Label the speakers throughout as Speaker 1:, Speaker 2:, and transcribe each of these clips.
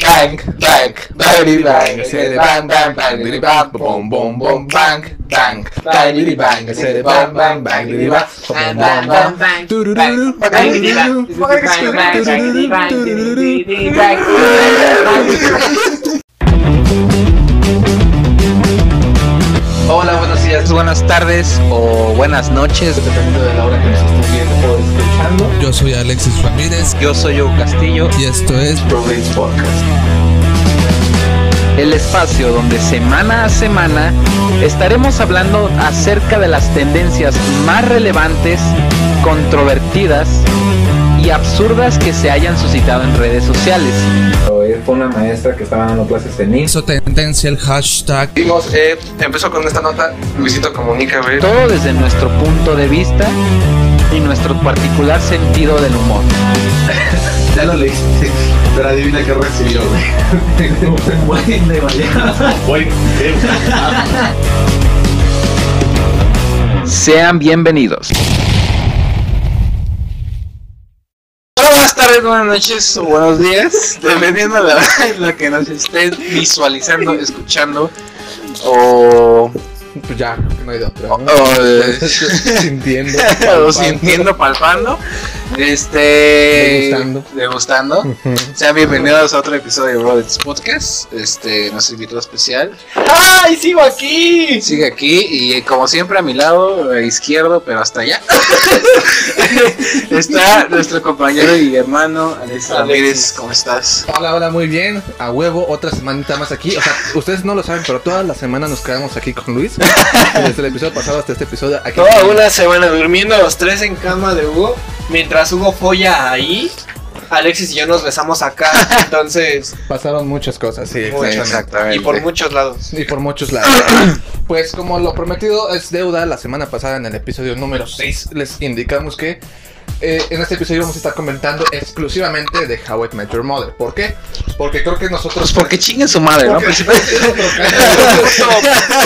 Speaker 1: Bang, bang, bang, bang, bang, bang, bang, bang, bom, bom, bom, bang, bang, bang, bang, bang, bang, bang, bang, bang, bang,
Speaker 2: Hola, buenos
Speaker 1: Pues
Speaker 2: días, buenas tardes o buenas noches.
Speaker 1: dependiendo de la hora que nos estés viendo o escuchando.
Speaker 3: Yo soy Alexis Ramírez
Speaker 2: Yo soy Hugo Castillo,
Speaker 3: y esto es
Speaker 1: Probates Podcast.
Speaker 2: el espacio donde semana a semana estaremos hablando acerca de las tendencias más relevantes, controvertidas y absurdas que se hayan suscitado en redes sociales.
Speaker 4: Oye, Fue una maestra que estaba dando clases en INS.
Speaker 3: hizo tendencia el hashtag
Speaker 1: Vimos, eh, empezó con esta nota, Luisito Comunica, güey.
Speaker 2: Todo desde nuestro punto de vista y nuestro particular sentido del humor.
Speaker 1: Ya lo leí, pero adivina qué recibió, güey.
Speaker 2: Sean bienvenidos. Hola, buenas tardes, buenas noches o buenos días, dependiendo de la hora en la que nos estén visualizando, escuchando o,
Speaker 1: Pues ya, no hay de otra.
Speaker 2: o,
Speaker 1: ¿no? Sintiendo.
Speaker 2: o sintiendo, palpando, este,
Speaker 1: Degustando. Mm.
Speaker 2: degustando. Sean bienvenidos a otro episodio de Brothers Podcast. Este, nuestro invitado especial
Speaker 1: ¡Ay, sigo aquí!
Speaker 2: sigue aquí y eh, como siempre a mi lado eh, izquierdo, pero hasta allá, está nuestro compañero y hermano Alex Ramírez. ¿Cómo estás?
Speaker 1: Hola, hola, muy bien. A huevo, otra semanita más aquí. O sea, ustedes no lo saben, pero todas las semanas nos quedamos aquí con Luis. Desde el episodio pasado hasta este episodio. Aquí
Speaker 5: Toda una semana durmiendo los tres en cama de Hugo. Mientras Hugo folla ahí, Alexis y yo nos besamos acá. Entonces,
Speaker 1: pasaron muchas cosas, sí,
Speaker 5: Muchas,
Speaker 1: exactamente.
Speaker 5: y por muchos lados.
Speaker 1: Y por muchos lados. Pues como lo prometido es deuda, la semana pasada en el episodio número 6 les indicamos que eh, en este episodio vamos a estar comentando exclusivamente de How I Met Your Mother. ¿Por qué? Porque creo que nosotros...
Speaker 2: Pues porque chinguen su madre, ¿no?
Speaker 5: Podcast, no es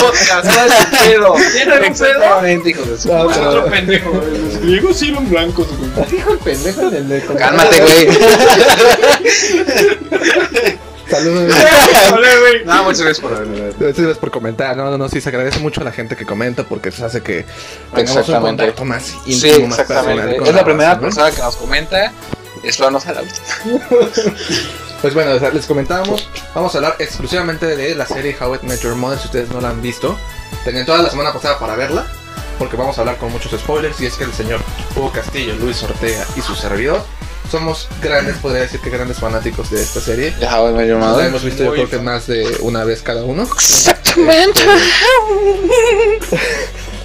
Speaker 5: un pedo. ¿Tiene un pedo?
Speaker 2: Exactamente, hijo de su
Speaker 1: No,
Speaker 2: madre.
Speaker 1: pero-
Speaker 5: Otro pendejo. Diego sí un blanco.
Speaker 1: Dijo el pendejo del de-
Speaker 2: Cálmate, güey.
Speaker 1: Saludos.
Speaker 2: No, muchas gracias por
Speaker 1: Muchas gracias por comentar. No, no, no, sí, se agradece mucho a la gente que comenta porque se hace que tengamos un
Speaker 2: Exactamente.
Speaker 1: contacto más íntimo,
Speaker 2: Sí,
Speaker 1: más personal
Speaker 2: exactamente.
Speaker 1: con
Speaker 2: Es la primera
Speaker 1: raza, ¿no?
Speaker 2: persona que nos comenta. Espero no sea la última.
Speaker 1: Pues bueno, o sea, les comentábamos, vamos a hablar exclusivamente de la serie How It Met Your Mother, si ustedes no la han visto. Tenían toda la semana pasada para verla, porque vamos a hablar con muchos spoilers, y es que el señor Hugo Castillo, Luis Ortega y su servidor somos grandes, podría decir que grandes fanáticos de esta serie.
Speaker 2: Ya, güey, me
Speaker 1: La hemos visto yo creo que más de una vez cada uno.
Speaker 2: Exactamente.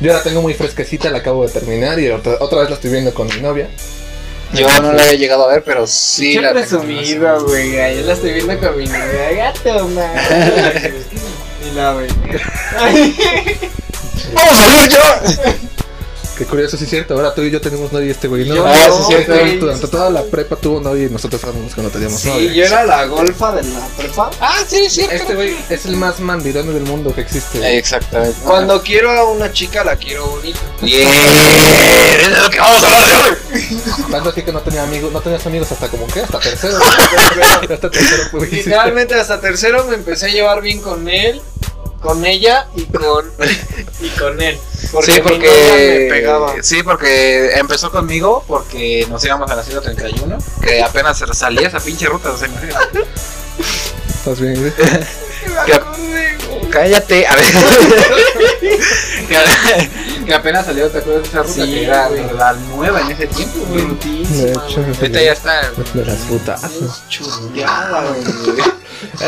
Speaker 1: Yo la tengo muy fresquecita, la acabo de terminar y otra, otra vez la estoy viendo con mi novia.
Speaker 2: Yo no la había llegado a ver, pero sí
Speaker 5: Qué
Speaker 2: la tengo.
Speaker 5: presumido, güey. Yo la estoy viendo con mi novia. Gato, man. Y la, güey.
Speaker 2: ¡Vamos a ver yo!
Speaker 1: Qué curioso, sí es cierto, ahora tú y yo tenemos novia y este güey no.
Speaker 5: Yo
Speaker 2: Ah, sí es
Speaker 5: no,
Speaker 2: cierto.
Speaker 5: güey.
Speaker 1: Durante toda la prepa tuvo novia y nosotros estábamos que no teníamos novia.
Speaker 5: Sí, yo era la golfa de la prepa.
Speaker 2: Ah, sí, es cierto.
Speaker 1: Este güey es el más mandilón del mundo que existe. güey.
Speaker 2: Exactamente.
Speaker 5: Cuando quiero a una chica, la quiero bonita.
Speaker 2: Bien, es lo que vamos a hablar de hoy.
Speaker 1: Tanto así que no tenía amigos, no tenías amigos hasta como que hasta tercero. hasta tercero pues, hiciste.
Speaker 5: Literalmente hasta tercero me empecé a llevar bien con él, con ella y con y con él. Porque
Speaker 2: sí,
Speaker 5: mi novia
Speaker 2: porque
Speaker 5: me pegaba.
Speaker 2: sí, porque empezó conmigo porque nos íbamos a la 131, que apenas salía esa pinche ruta, o sea, imagínate.
Speaker 1: Estás bien, güey.
Speaker 2: que- Cállate, a ver. que, que apenas salió, ¿te acuerdas de esa ruta?
Speaker 5: Sí,
Speaker 2: que era
Speaker 5: güey.
Speaker 2: la nueva en ese tiempo, güey.
Speaker 1: De
Speaker 5: Brutísima,
Speaker 1: hecho,
Speaker 5: güey.
Speaker 2: Ahorita ya está.
Speaker 1: De las putas.
Speaker 5: Churriada, güey.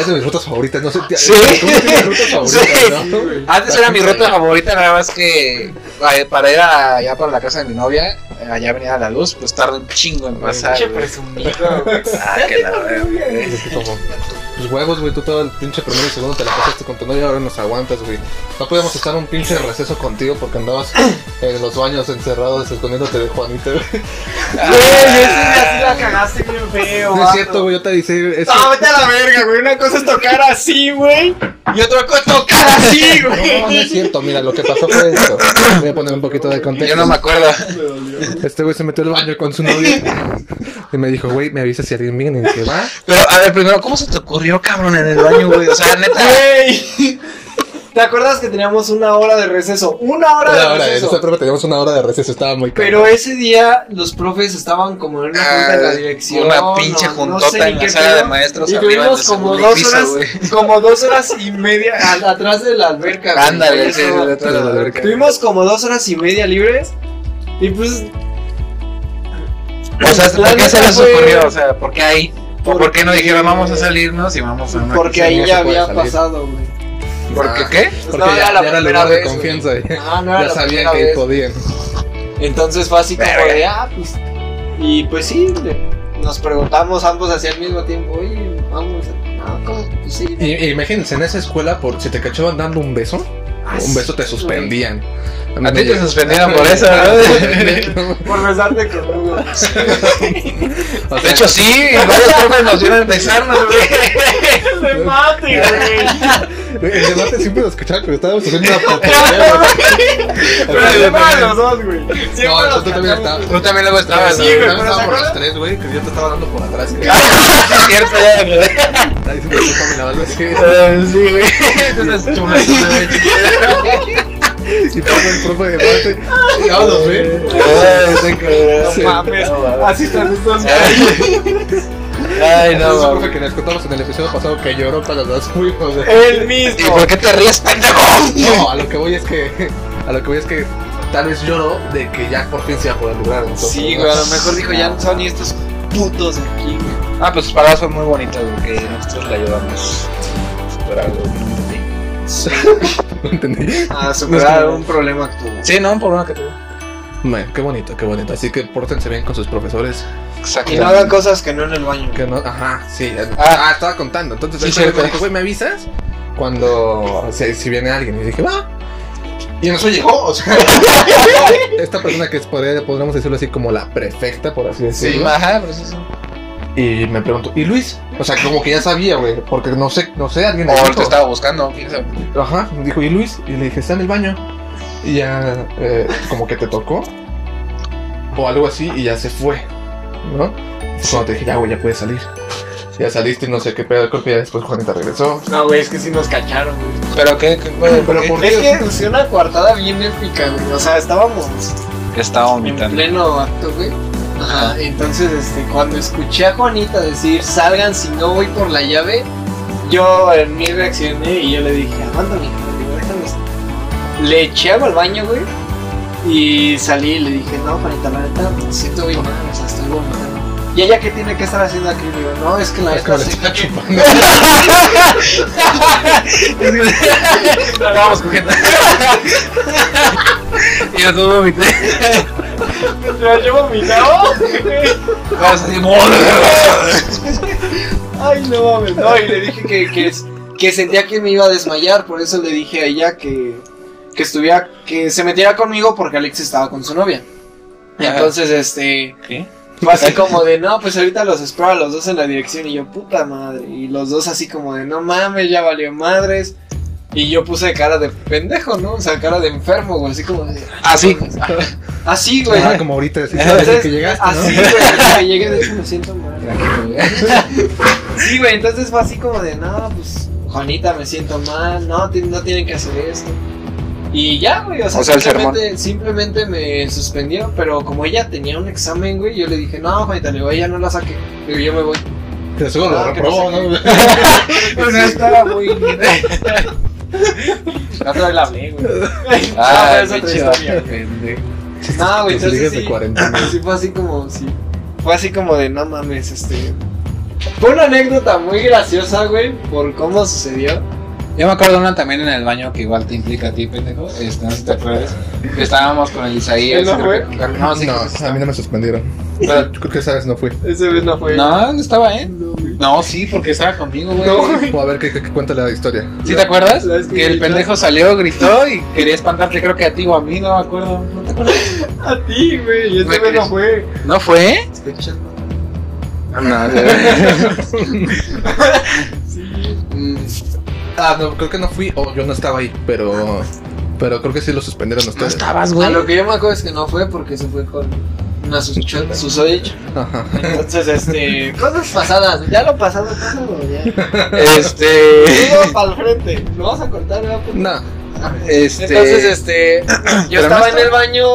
Speaker 1: Es de mis rutas favoritas, no sé. tía-
Speaker 2: Sí.
Speaker 1: ¿Cómo que mis rutas favoritas,
Speaker 2: Sí.
Speaker 1: no?
Speaker 2: Antes era mi ruta favorita, nada más que eh, para ir allá para la casa de mi novia, eh, allá venía la luz, pues tarda un chingo en pasar.
Speaker 5: Pinche
Speaker 2: güey.
Speaker 5: presumido, güey.
Speaker 2: Ah, que la verga.
Speaker 1: Es así como, Pues huevos, güey, tú todo el pinche primero y segundo te la pasaste con tu novia, ahora nos aguantas, güey. No podíamos estar un pinche receso contigo porque andabas en los baños encerrados escondiéndote de Juanita, güey.
Speaker 5: Güey, así la cagaste bien feo.
Speaker 1: No es
Speaker 5: vato.
Speaker 1: cierto, güey, yo te avisé. eso.
Speaker 5: No, vete a la verga, güey. Una cosa es tocar así, güey. Y otra cosa es tocar así,
Speaker 1: No, no
Speaker 5: güey.
Speaker 1: es cierto, mira, lo que pasó fue esto. Voy a poner un poquito de contexto.
Speaker 2: Yo no me acuerdo.
Speaker 1: Este güey se metió al baño con su novia. Y me dijo, güey, me avisa si alguien viene y que va.
Speaker 2: Pero, a ver, primero, ¿cómo se te ocurrió, cabrón, en el baño, güey? O sea, neta.
Speaker 5: ¡Ey! ¿Te acuerdas que teníamos una hora de receso? Una hora de
Speaker 1: Una hora, en
Speaker 5: receso.
Speaker 1: esta prueba teníamos una hora de receso, estaba muy caro.
Speaker 5: Pero ese día los profes estaban como en una junta en la
Speaker 2: Ah,
Speaker 5: dirección.
Speaker 2: una pinche
Speaker 5: no- no
Speaker 2: juntota
Speaker 5: sé ni
Speaker 2: en la
Speaker 5: qué
Speaker 2: sala de
Speaker 5: pedo.
Speaker 2: maestros
Speaker 5: Y
Speaker 2: arriba
Speaker 5: tuvimos
Speaker 2: del
Speaker 5: como
Speaker 2: segundo
Speaker 5: dos
Speaker 2: piso,
Speaker 5: horas,
Speaker 2: güey.
Speaker 5: como dos horas y media al- atrás de la alberca. güey.
Speaker 2: Ándale,
Speaker 5: Eso,
Speaker 2: sí, sí, detrás de la alberca.
Speaker 5: Tuvimos como dos horas y media libres. Y pues,
Speaker 2: O sea,
Speaker 5: La
Speaker 2: ¿por qué se
Speaker 5: neta
Speaker 2: les
Speaker 5: fue-
Speaker 2: ocurrió? O sea, ¿por qué ahí? ¿O ¿Por qué no dijeron vamos a
Speaker 5: porque-
Speaker 2: salirnos y vamos a una
Speaker 5: Porque
Speaker 1: no
Speaker 5: ahí
Speaker 1: se
Speaker 5: ya
Speaker 1: puede
Speaker 5: había
Speaker 1: salir.
Speaker 5: pasado, güey.
Speaker 2: quinceañera? ¿Por qué qué?
Speaker 5: Pues
Speaker 1: Ah, Porque
Speaker 5: no,
Speaker 1: ya, ya era el
Speaker 5: primera
Speaker 1: lugar de
Speaker 5: vez, güey.
Speaker 1: confianza. y
Speaker 5: Ajá, no era
Speaker 1: Ya
Speaker 5: la
Speaker 1: sabían
Speaker 5: primera
Speaker 1: que
Speaker 5: vez.
Speaker 1: podían.
Speaker 5: Entonces fue así como
Speaker 2: Verga.
Speaker 5: de, ah, pues. Y pues sí, le- nos preguntamos ambos así al mismo tiempo, oye, vamos. Ah, ¿cómo? Pues sí.
Speaker 1: Y, y imagínense, en esa escuela, por si te cachaban dando un beso, un beso te suspendían. mí
Speaker 2: A
Speaker 1: me
Speaker 2: ti te
Speaker 1: llegó-
Speaker 2: suspendieron por eso, ¿no?
Speaker 5: Por besarte conmigo.
Speaker 1: O sea,
Speaker 2: De hecho, sí, varios profes nos dieron besarnos, güey.
Speaker 5: ¡Me mate, güey!
Speaker 1: el debate siempre lo escuchaba, pero estábamos haciendo una papelera.
Speaker 5: Pero además los dos, güey. Siempre
Speaker 1: No,
Speaker 5: los
Speaker 1: tú también
Speaker 5: cantamos.
Speaker 2: Tú
Speaker 1: estabas.
Speaker 2: también luego estabas,
Speaker 5: Sí,
Speaker 2: ¿no?
Speaker 5: güey,
Speaker 1: También
Speaker 5: pero
Speaker 1: estábamos por
Speaker 5: ¿se
Speaker 1: los
Speaker 5: acuerdan?
Speaker 1: tres, güey, que yo te estaba dando por atrás. que-
Speaker 2: Sí, es cierto, ya, güey.
Speaker 1: Ay, se me fue por mi lado, así.
Speaker 2: Sí, güey. Entonces, chula, chula,
Speaker 1: Y todo el profe de Eh, parte. Ya los ve.
Speaker 2: güey.
Speaker 5: No mames, así están estos.
Speaker 2: Ay,
Speaker 1: Ese
Speaker 2: no,
Speaker 1: profe
Speaker 2: güey.
Speaker 1: que les contamos en el episodio pasado que lloró para las muy hijos de-
Speaker 5: El
Speaker 2: ¿Y
Speaker 5: mismo.
Speaker 2: por qué te ríes, pendejo?
Speaker 1: No, a lo que voy es que. A lo que voy es que tal vez lloró de que ya por fin se iba a poder lograr. entonces,
Speaker 5: Sí,
Speaker 1: ¿no?
Speaker 5: güey, a lo mejor dijo, ya son ni estos putos aquí, güey.
Speaker 2: Ah, pues sus palabras son muy bonitas, güey, que nosotros le ayudamos a superar algo. que no entendí.
Speaker 1: No entendí.
Speaker 5: A superar un problema que tuvo.
Speaker 2: Sí, no, un problema que tuve.
Speaker 1: Bueno, qué bonito, qué bonito. Así que pórtense bien con sus profesores.
Speaker 2: Exacto.
Speaker 5: Y no hagan cosas que no en el baño.
Speaker 1: Que no, ajá, sí. Ah,
Speaker 2: Ah.
Speaker 1: estaba contando. Entonces
Speaker 2: Sí,
Speaker 1: el profe
Speaker 2: cierto.
Speaker 1: me dijo, güey, ¿me avisas? Cuando si, si viene alguien. Y dije, va. Y en eso llegó. O sea, esta persona que es, podría- podríamos decirlo así como la prefecta, por así decirlo.
Speaker 2: Sí, ajá, pero sí, sí.
Speaker 1: Y me preguntó, ¿y Luis? O sea, como que ya sabía, güey, porque no sé, no sé, alguien me
Speaker 2: O él
Speaker 1: dijo.
Speaker 2: te estaba buscando, quién sabe.
Speaker 1: Ajá, me dijo, ¿y Luis? Y le dije, está en el baño. Y ya, eh, como que te tocó, o algo así, y ya se fue, ¿no? Y Cuando te dije, ya, güey, ya puedes salir. Ya saliste y no sé qué pedo, creo que ya después Juanita regresó.
Speaker 5: No, güey, es que sí nos cacharon, güey.
Speaker 2: Pero qué, qué, güey,
Speaker 1: Pero
Speaker 2: ¿por
Speaker 1: por-
Speaker 2: qué?
Speaker 5: Es que usé una coartada bien épica, güey. O sea, estábamos
Speaker 2: Que estaba
Speaker 5: en pleno acto, güey. Ajá. Entonces, este, cuando escuché a Juanita decir, salgan si no voy por la llave, yo en mí reaccioné y yo le dije, aguántame, digo, déjame. esto". Le eché agua al baño, güey. Y salí y le dije, no, Juanita, la neta, me siento bien mal, o sea, estoy vomitando. ¿Y ella qué tiene que estar haciendo aquí? Le digo, no, es que la
Speaker 1: Es que me
Speaker 5: neta
Speaker 1: la
Speaker 5: sí-
Speaker 1: estaba chupando.
Speaker 2: Estábamos cogiendo. y yo todo vomité.
Speaker 5: ¿Te llevo mi
Speaker 2: Vamos Pues, así,
Speaker 5: Ay, no mames. No, y le dije que, que, que sentía que me iba a desmayar, por eso le dije a ella que, que estuviera, que se metiera conmigo porque Alex estaba con su novia. Entonces, este,
Speaker 2: ¿Qué?
Speaker 5: fue así como de, no, pues ahorita los espero a los dos en la dirección y yo, puta madre. Y los dos así como de, no mames, ya valió madres. Y yo puse cara de pendejo, ¿no? O sea, cara de enfermo, güey, así como de... "Ah,
Speaker 2: Así.
Speaker 5: Así, güey.
Speaker 1: Ajá, Ah, como ahorita, así,
Speaker 2: Entonces,
Speaker 1: desde que llegaste, ¿no?
Speaker 5: Así, güey, desde que llegué, de hecho me siento mal. Sí, güey, entonces fue así como de, no, pues, Juanita, me siento mal, no, ti- no tienen que hacer esto. Y ya, güey, o sea,
Speaker 2: O sea, el
Speaker 5: simplemente, simplemente me suspendió, pero como ella tenía un examen, güey, yo le dije, no, Juanita, le digo, ella no la saque, le digo, yo me voy.
Speaker 1: Que seguro lo
Speaker 5: Ah, que
Speaker 1: reprobó,
Speaker 5: no
Speaker 1: ¿no?
Speaker 5: Pero estaba muy... La otra vez la hablé, güey. Ah,
Speaker 2: Ay,
Speaker 5: es otra
Speaker 2: pinche
Speaker 5: historia, güey. No, güey,
Speaker 1: Los ligues
Speaker 5: entonces
Speaker 1: de
Speaker 5: sí,
Speaker 1: cuarentena.
Speaker 5: sí fue así como, sí, fue así como de, no mames, este... Fue una anécdota muy graciosa, güey, por cómo sucedió.
Speaker 2: Yo me acuerdo una también en el baño que igual te implica a ti, pendejo. Este, no sé si te acuerdas. Que Estábamos con el Isaías.
Speaker 5: ¿Él no
Speaker 2: creo
Speaker 5: fue?
Speaker 2: que con Carlos.
Speaker 1: Ah,
Speaker 2: No, sí, creo que
Speaker 1: No, a mí no me suspendieron.
Speaker 2: Pero-
Speaker 1: Yo creo que esa vez no fui.
Speaker 5: Ese vez no fue.
Speaker 2: no, no estaba, ¿eh?
Speaker 5: No, güey.
Speaker 2: No, sí, porque estaba conmigo, güey.
Speaker 5: No, güey.
Speaker 1: O a ver, ¿qué, qué, qué cuenta la historia?
Speaker 2: ¿Sí te acuerdas?
Speaker 5: La vez que
Speaker 2: Que el
Speaker 5: gritaste.
Speaker 2: pendejo salió, gritó y quería espantarte, creo que a ti o a mí, no me acuerdo. ¿No te acuerdas?
Speaker 5: A ti, güey. Y este
Speaker 2: Güey,
Speaker 5: güey no
Speaker 2: eres-
Speaker 5: fue.
Speaker 2: ¿No fue? No,
Speaker 1: Mm, Ah, no, creo que no fui, o yo no estaba ahí, pero. Pero creo que sí lo suspendieron ustedes.
Speaker 2: estabas,
Speaker 5: A lo que yo me acuerdo es que no fue porque se fue con. una sus, cho- sus ocho.
Speaker 1: Ajá.
Speaker 5: Entonces, este, cosas pasadas, ya lo pasado, pasado, ya.
Speaker 2: Este.
Speaker 5: Todo para el frente, lo vas a cortar, ¿verdad? puto?
Speaker 1: No,
Speaker 2: Este.
Speaker 5: Entonces, este, yo
Speaker 2: Pero no
Speaker 5: estaba en
Speaker 2: está-
Speaker 5: el baño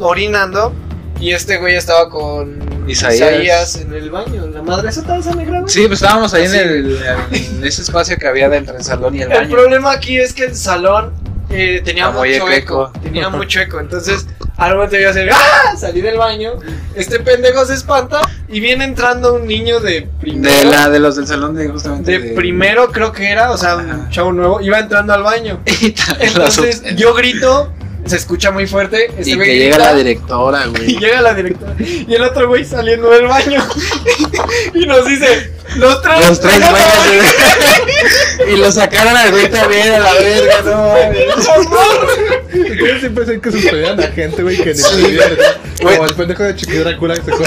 Speaker 5: orinando y este güey estaba con
Speaker 2: Isaías.
Speaker 5: en el baño. La madre, ¿eso tal esa negra, güey?
Speaker 2: Sí, pues estábamos ahí en, el, en ese espacio que había entre el salón y el
Speaker 5: El
Speaker 2: baño.
Speaker 5: problema aquí es que el salón eh, tenía
Speaker 2: Está muy
Speaker 5: mucho eco.
Speaker 2: eco.
Speaker 5: Tenía mucho eco. Entonces, al momento yo hacer ¡Ah! Salí del baño. Este pendejo se espanta y viene entrando un niño de primero.
Speaker 2: De la de los del salón de justamente.
Speaker 5: de primero creo que era, o sea, un
Speaker 2: Ajá.
Speaker 5: chavo nuevo, iba entrando al baño.
Speaker 2: Y tal,
Speaker 5: Entonces
Speaker 2: la-
Speaker 5: yo grito, se escucha muy fuerte, este
Speaker 2: y
Speaker 5: güey
Speaker 2: que
Speaker 5: grita,
Speaker 2: llega la directora,
Speaker 5: y
Speaker 2: güey.
Speaker 5: llega la directora y el otro güey saliendo del baño y nos dice, los tres,
Speaker 2: Los tres
Speaker 5: vengan al baño".
Speaker 2: güeyes. y lo sacaron al güey también a la verga, no mames.
Speaker 1: Yo siempre sé que suspendían a la gente, güey, que ni se
Speaker 2: Güey.
Speaker 1: Como el pendejo de Chiqui Drácula que se corre.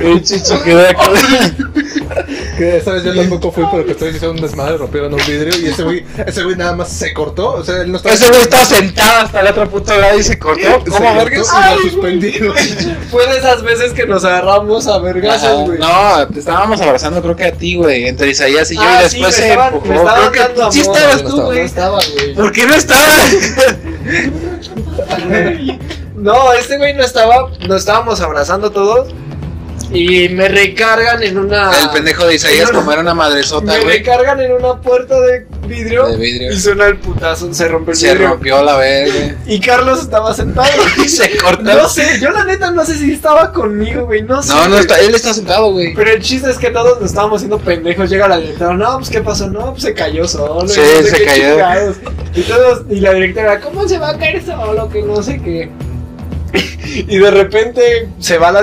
Speaker 2: El chicho quedó de acuerdo.
Speaker 1: Que esa vez yo tampoco fui, pero que ustedes hicieron un desmadre, rompieron un vidrio y ese güey, ese güey nada más se cortó. O sea, él no estaba.
Speaker 2: Ese güey estaba sentado hasta el otro puto lado y se cortó.
Speaker 1: se
Speaker 2: ¿Cómo
Speaker 1: cortó
Speaker 2: vergas?
Speaker 1: Y lo suspendieron.
Speaker 5: Fue de esas veces que nos agarramos a vergazos,
Speaker 2: Ajá.
Speaker 5: güey.
Speaker 2: No, te estábamos abrazando creo que a ti, güey, entre Isaías y yo
Speaker 5: Ah,
Speaker 2: y
Speaker 5: sí,
Speaker 2: después
Speaker 5: me
Speaker 2: se
Speaker 5: estaban,
Speaker 2: empujó.
Speaker 5: me estaban
Speaker 2: Creo que
Speaker 5: dando amor.
Speaker 2: sí estabas tú,
Speaker 1: No
Speaker 5: No
Speaker 2: güey.
Speaker 5: estaba, güey.
Speaker 2: ¿Por qué no estaba?
Speaker 5: No, este güey no estaba, nos estábamos abrazando todos y me recargan en una...
Speaker 2: El pendejo de Isaías
Speaker 5: Ah, No, no.
Speaker 2: como era una madresota,
Speaker 5: Me
Speaker 2: güey.
Speaker 5: recargan en una puerta de vidrio,
Speaker 2: De vidrio.
Speaker 5: y suena el putazo, se rompe el
Speaker 2: Se
Speaker 5: vidrio.
Speaker 2: rompió la verga.
Speaker 5: Y Carlos estaba sentado.
Speaker 2: Y se cortó.
Speaker 5: No sé, yo la neta no sé si estaba conmigo, güey, no sé.
Speaker 2: No, no
Speaker 5: güey.
Speaker 2: está, él está sentado, güey.
Speaker 5: Pero el chiste es que todos nos estábamos haciendo pendejos. Llega la directora, no, pues qué pasó, no, pues se cayó solo.
Speaker 2: Sí,
Speaker 5: y no sé
Speaker 2: se
Speaker 5: qué
Speaker 2: cayó.
Speaker 5: chingados. Y, todos, y la directora, ¿cómo se va a caer solo? Que no sé qué. Y de repente se va la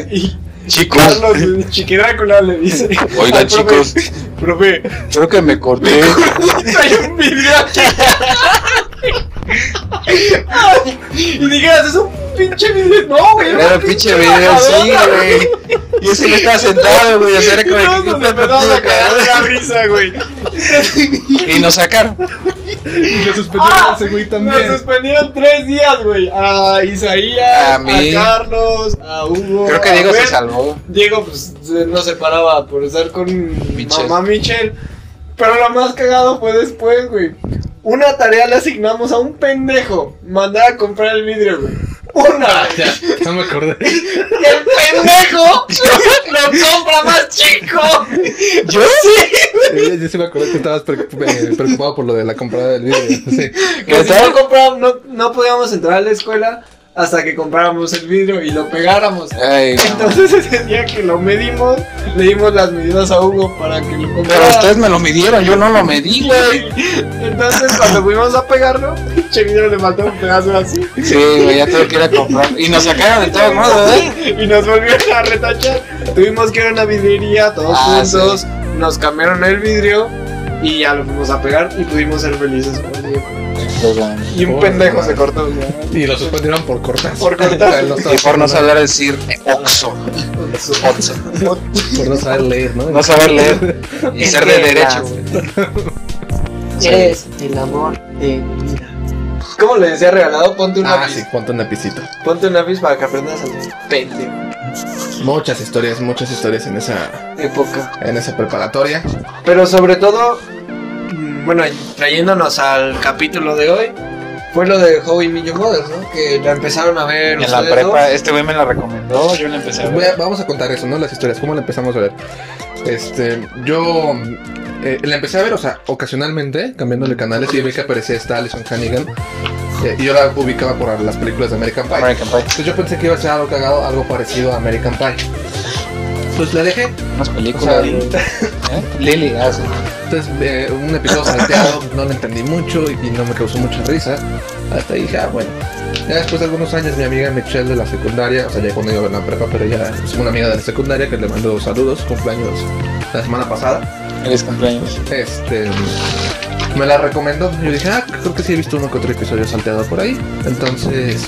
Speaker 5: y
Speaker 2: Chicos,
Speaker 5: Carlos, el chiqui Drácula, le dice:
Speaker 2: oigan
Speaker 5: "Ay, profe,
Speaker 2: chicos,
Speaker 5: Profe,
Speaker 2: creo que me corté.
Speaker 5: hay un video aquí. Ay, y dijeras, es un pinche video. No, güey.
Speaker 2: Era
Speaker 5: un
Speaker 2: el pinche video, sí, güey. Y ese que estaba sentado, güey. O sea, era como
Speaker 5: Y todos
Speaker 2: de que
Speaker 5: nos
Speaker 2: puta,
Speaker 5: empezamos
Speaker 2: puta
Speaker 5: a cagar de la risa, güey.
Speaker 2: Y nos sacaron.
Speaker 1: Y lo suspendieron
Speaker 2: Ah,
Speaker 1: a ese güey
Speaker 5: Nos
Speaker 1: también.
Speaker 5: suspendieron tres días, güey. A Isaías, a,
Speaker 2: A mí.
Speaker 5: Carlos, a Hugo.
Speaker 2: Creo que
Speaker 5: a
Speaker 2: Diego se
Speaker 5: Ben.
Speaker 2: salvó.
Speaker 5: Diego, pues, se- no se paraba por estar con
Speaker 2: Michelle.
Speaker 5: mamá Michelle. Pero lo más cagado fue después, güey. Una tarea le asignamos a un pendejo. Mandar a comprar el vidrio, güey.
Speaker 2: Ah,
Speaker 5: Una. güey.
Speaker 1: No me acordé.
Speaker 5: Y el pendejo lo compra más chico.
Speaker 2: Yo sí.
Speaker 1: Eh, Yo sí me acordé que estabas pre- eh, preocupado por lo de la comprada del vidrio. Sí.
Speaker 5: Que si no, comprábamos, no, no podíamos entrar a la escuela hasta que compráramos el vidrio y lo pegáramos.
Speaker 2: Ay, no.
Speaker 5: Entonces ese día que lo medimos, le dimos las medidas a Hugo para que lo
Speaker 2: Pero
Speaker 5: comprara.
Speaker 2: ustedes me lo midieron, yo no lo medí, güey.
Speaker 5: Entonces cuando fuimos a pegarlo, pinche vidrio le mató un pedazo así.
Speaker 2: Sí, güey, ya tuve que ir a comprar. Y nos sacaron de todos modos, ¿eh?
Speaker 5: Y nos volvieron a retachar. Tuvimos que ir a una vidriería todos
Speaker 2: Ah,
Speaker 5: juntos, nos cambiaron el vidrio y ya lo fuimos a pegar y pudimos ser felices. por el día. Y un
Speaker 1: Por
Speaker 5: pendejo
Speaker 1: madre.
Speaker 5: se cortó. ¿no?
Speaker 1: Y lo suspendieron por cortar.
Speaker 5: Por cortar.
Speaker 1: Él no estaba
Speaker 2: Y por no
Speaker 1: haciendo
Speaker 2: saber decir Oxo. Oxo.
Speaker 1: nada. Por no saber leer, ¿no?
Speaker 2: No saber leer. Y ser de derecho, güey.
Speaker 5: Eres el amor de mi vida. ¿Cómo le decía regalado? Ponte un
Speaker 1: Ah,
Speaker 5: lápiz.
Speaker 1: sí, ponte una pisita.
Speaker 5: Ponte un lápiz para que aprendas a ser pendejo.
Speaker 1: Muchas historias, muchas historias en esa,
Speaker 5: Época.
Speaker 1: en esa preparatoria.
Speaker 5: Pero sobre todo, mm, bueno, trayéndonos al capítulo de hoy, fue lo de How I Met Your Mother, ¿no? Que la empezaron a ver
Speaker 2: En la
Speaker 5: ustedes
Speaker 2: prepa,
Speaker 5: dos.
Speaker 2: este güey me la recomendó, yo la empecé a
Speaker 1: Voy a-
Speaker 2: ver.
Speaker 1: vamos a contar eso, ¿no? Las historias, cómo la empezamos a ver. Este, yo eh, la empecé a ver, o sea, ocasionalmente, cambiándole canales, y vi que aparecía esta Alison Hannigan. eh, y yo la ubicaba por las películas de American Pie.
Speaker 2: American Pie.
Speaker 1: Entonces yo pensé que iba a ser algo cagado, algo parecido a American Pie. Pues la dejé.
Speaker 2: Unas
Speaker 1: O sea,
Speaker 2: películas. ¿eh? Lily, ah, sí.
Speaker 1: Entonces, eh, un episodio salteado, no lo entendí mucho y, y no me causó mucha risa. Hasta ahí dije, ah, bueno. Ya después de algunos años, mi amiga Michelle de la secundaria, o sea, ya cuando iba a la prepa, pero ya es una amiga de la secundaria que le mando saludos, cumpleaños la semana pasada.
Speaker 2: Feliz cumpleaños.
Speaker 1: Este. Me la recomendó. Yo dije, ah, creo que sí he visto uno que otro episodio salteado por ahí. Entonces,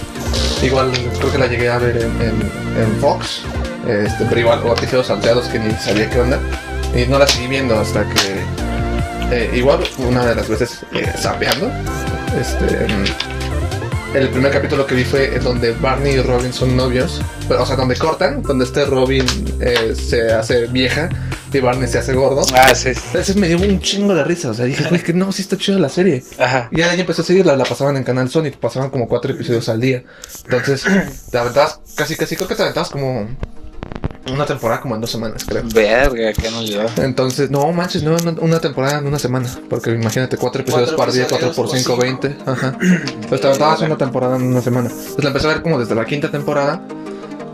Speaker 1: igual creo que la llegué a ver en, en- en Fox. Este, pero igual, o episodios salteados que ni sabía qué onda. Y no la seguí viendo hasta que eh, igual una de las veces eh, sapeando, este, mm, el primer capítulo que vi fue en donde Barney y Robin son novios, pero, o sea, donde cortan, donde este Robin eh, se hace vieja y Barney se hace gordo.
Speaker 2: Ah, sí. sí.
Speaker 1: Entonces me dio un chingo de risa, o sea, dije, güey, que no, sí está chida la serie.
Speaker 2: Ajá.
Speaker 1: Y ahí empezó a seguirla, la pasaban en Canal Sonic, pasaban como cuatro episodios al día. Entonces, te aventabas, casi, casi, creo que te aventabas como una temporada, como en dos semanas, creo.
Speaker 2: Verga, que nos lleva.
Speaker 1: Entonces, no manches, no, no, una temporada en una semana. Porque imagínate, cuatro episodios
Speaker 5: Cuatro
Speaker 1: por día, cuatro
Speaker 5: episodios
Speaker 1: por
Speaker 5: por
Speaker 1: cinco,
Speaker 2: pues
Speaker 5: cinco.
Speaker 1: veinte. Ajá. Entonces, te aventabas una temporada en una semana. Entonces, la empecé a ver como desde la quinta temporada.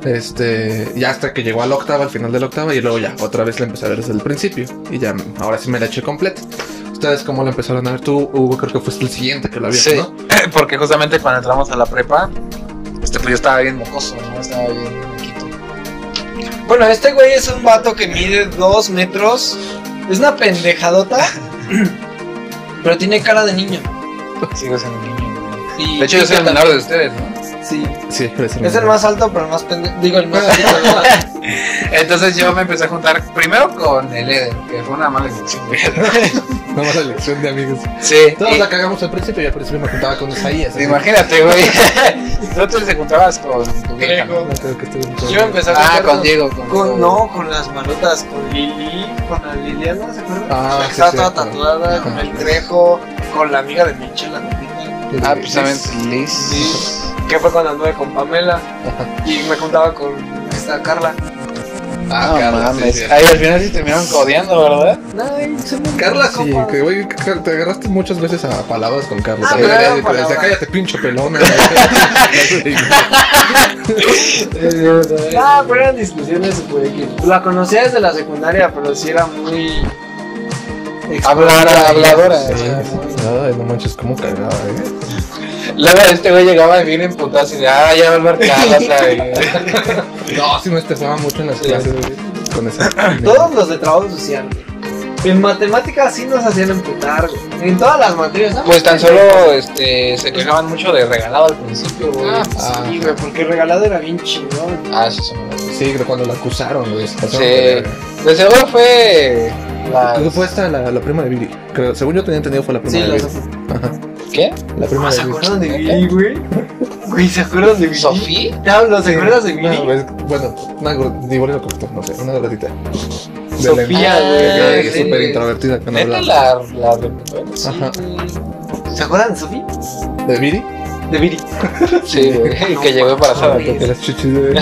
Speaker 1: Este, ya hasta que llegó a la octava, al final de la octava, y luego ya, otra vez la empecé a ver desde el principio. Y ya, ahora sí me la eché completa. Ustedes, ¿cómo la empezaron a ver? Tú, Hugo, creo que fuiste el siguiente que la vio,
Speaker 2: Sí,
Speaker 1: ¿no?
Speaker 2: porque justamente cuando entramos a la prepa, este, pues yo estaba bien mocoso, ¿no? Estaba bien moquito.
Speaker 5: Bueno, este güey es un vato que mide dos metros. Es una pendejadota. pero tiene cara de niño.
Speaker 2: Sigo siendo niño, güey.
Speaker 5: Y
Speaker 6: De hecho, yo soy el menor de ustedes, ¿no?
Speaker 5: Sí.
Speaker 1: Sí, eres
Speaker 5: Es el más alto, pero el más pendejo. Digo, el más
Speaker 6: Entonces yo me empecé a juntar primero con el Eder, que fue una mala decisión. güey.
Speaker 1: Nada más la elección de amigos.
Speaker 6: Sí.
Speaker 1: Todos
Speaker 6: y-
Speaker 1: la cagamos al principio y al principio me juntaba con Isaías. ¿eh? así.
Speaker 6: Imagínate, güey. Nosotros te juntabas con tu vieja, ¿no?
Speaker 1: No creo que estuve-
Speaker 5: Yo empecé a
Speaker 6: Ah,
Speaker 5: juntar
Speaker 6: con Diego. Con, Diego.
Speaker 5: Con, no, con las malotas, con Lili, con la Liliana, ¿se acuerdan?
Speaker 1: Ah,
Speaker 5: La que
Speaker 1: sí,
Speaker 5: estaba
Speaker 1: sí,
Speaker 5: toda
Speaker 1: claro.
Speaker 5: tatuada,
Speaker 1: Ajá.
Speaker 5: con el Trejo, con la amiga de Michelle, la gordita,
Speaker 6: Ah, pues también Liz.
Speaker 5: que fue cuando anduve con Pamela y me juntaba con esta Carla.
Speaker 6: Ah,
Speaker 1: Carla,
Speaker 6: mames.
Speaker 1: sí, sí.
Speaker 6: Ay, al final sí terminaron codeando, ¿verdad?
Speaker 5: Ay, se me
Speaker 1: Carla
Speaker 5: olvidó,
Speaker 1: sí,
Speaker 5: compa.
Speaker 1: que güey, Car- te agarraste muchas veces a palabras con Carla.
Speaker 5: Ah,
Speaker 1: Te
Speaker 5: pero
Speaker 1: debería-
Speaker 5: eran
Speaker 1: te decía,
Speaker 5: palabras.
Speaker 1: cállate, pinche pelón. ¿no?
Speaker 5: Ah, pero eran discusiones super X. La conocía desde la secundaria, pero sí era muy.
Speaker 6: Hablara, habladora.
Speaker 1: Ay, no manches, cómo cagaba, eh.
Speaker 6: Luego este güey llegaba y bien emputado así de, ah, ya va el mercado otra vez.
Speaker 1: No, sí me estresaba mucho en las clases, güey, Con esa.
Speaker 5: Todos los de trabajo social. güey. En matemáticas sí nos hacían emputar, güey. En todas las materias. ¿no?
Speaker 6: Pues tan solo este, se quejaban mucho de regalado al principio, güey.
Speaker 5: Ah,
Speaker 1: Ah.
Speaker 5: sí, güey, porque regalado era bien chingón.
Speaker 6: Ah, eso se me olvidó.
Speaker 1: Sí, pero cuando la acusaron, güey. se pasaron
Speaker 6: Sí.
Speaker 1: de verga.
Speaker 6: De seguro fue.
Speaker 2: Ah,
Speaker 1: Creo que
Speaker 6: La...
Speaker 1: fue esta la, la prima de Billy. Creo, según yo tenía entendido, fue la prima
Speaker 5: Sí,
Speaker 1: de
Speaker 5: las
Speaker 1: Billy. Ajá.
Speaker 6: ¿Qué?
Speaker 1: La prima
Speaker 5: Ah,
Speaker 1: de
Speaker 5: ¿Se
Speaker 1: Billy.
Speaker 5: acuerdan de Billy, güey? Güey, ¿se acuerdan de Billy?
Speaker 6: ¿Sofía?
Speaker 5: ¿Te hablo? ¿Se acuerdas de
Speaker 1: Una
Speaker 5: Billy?
Speaker 1: vez, bueno, una gor- igual lo cortó, no sé, una gordita. De
Speaker 5: Sofía,
Speaker 1: la-
Speaker 5: güey,
Speaker 1: que
Speaker 5: de-
Speaker 1: es súper introvertida que no
Speaker 6: ¿Neta
Speaker 1: habla.
Speaker 6: la, la reputó?
Speaker 1: Ajá.
Speaker 5: ¿Se acuerdan de Sofi?
Speaker 1: ¿De Billy?
Speaker 5: De Billy.
Speaker 6: Sí, güey. Que llegó embarazada.
Speaker 5: Sí.
Speaker 1: Porque las chichis de...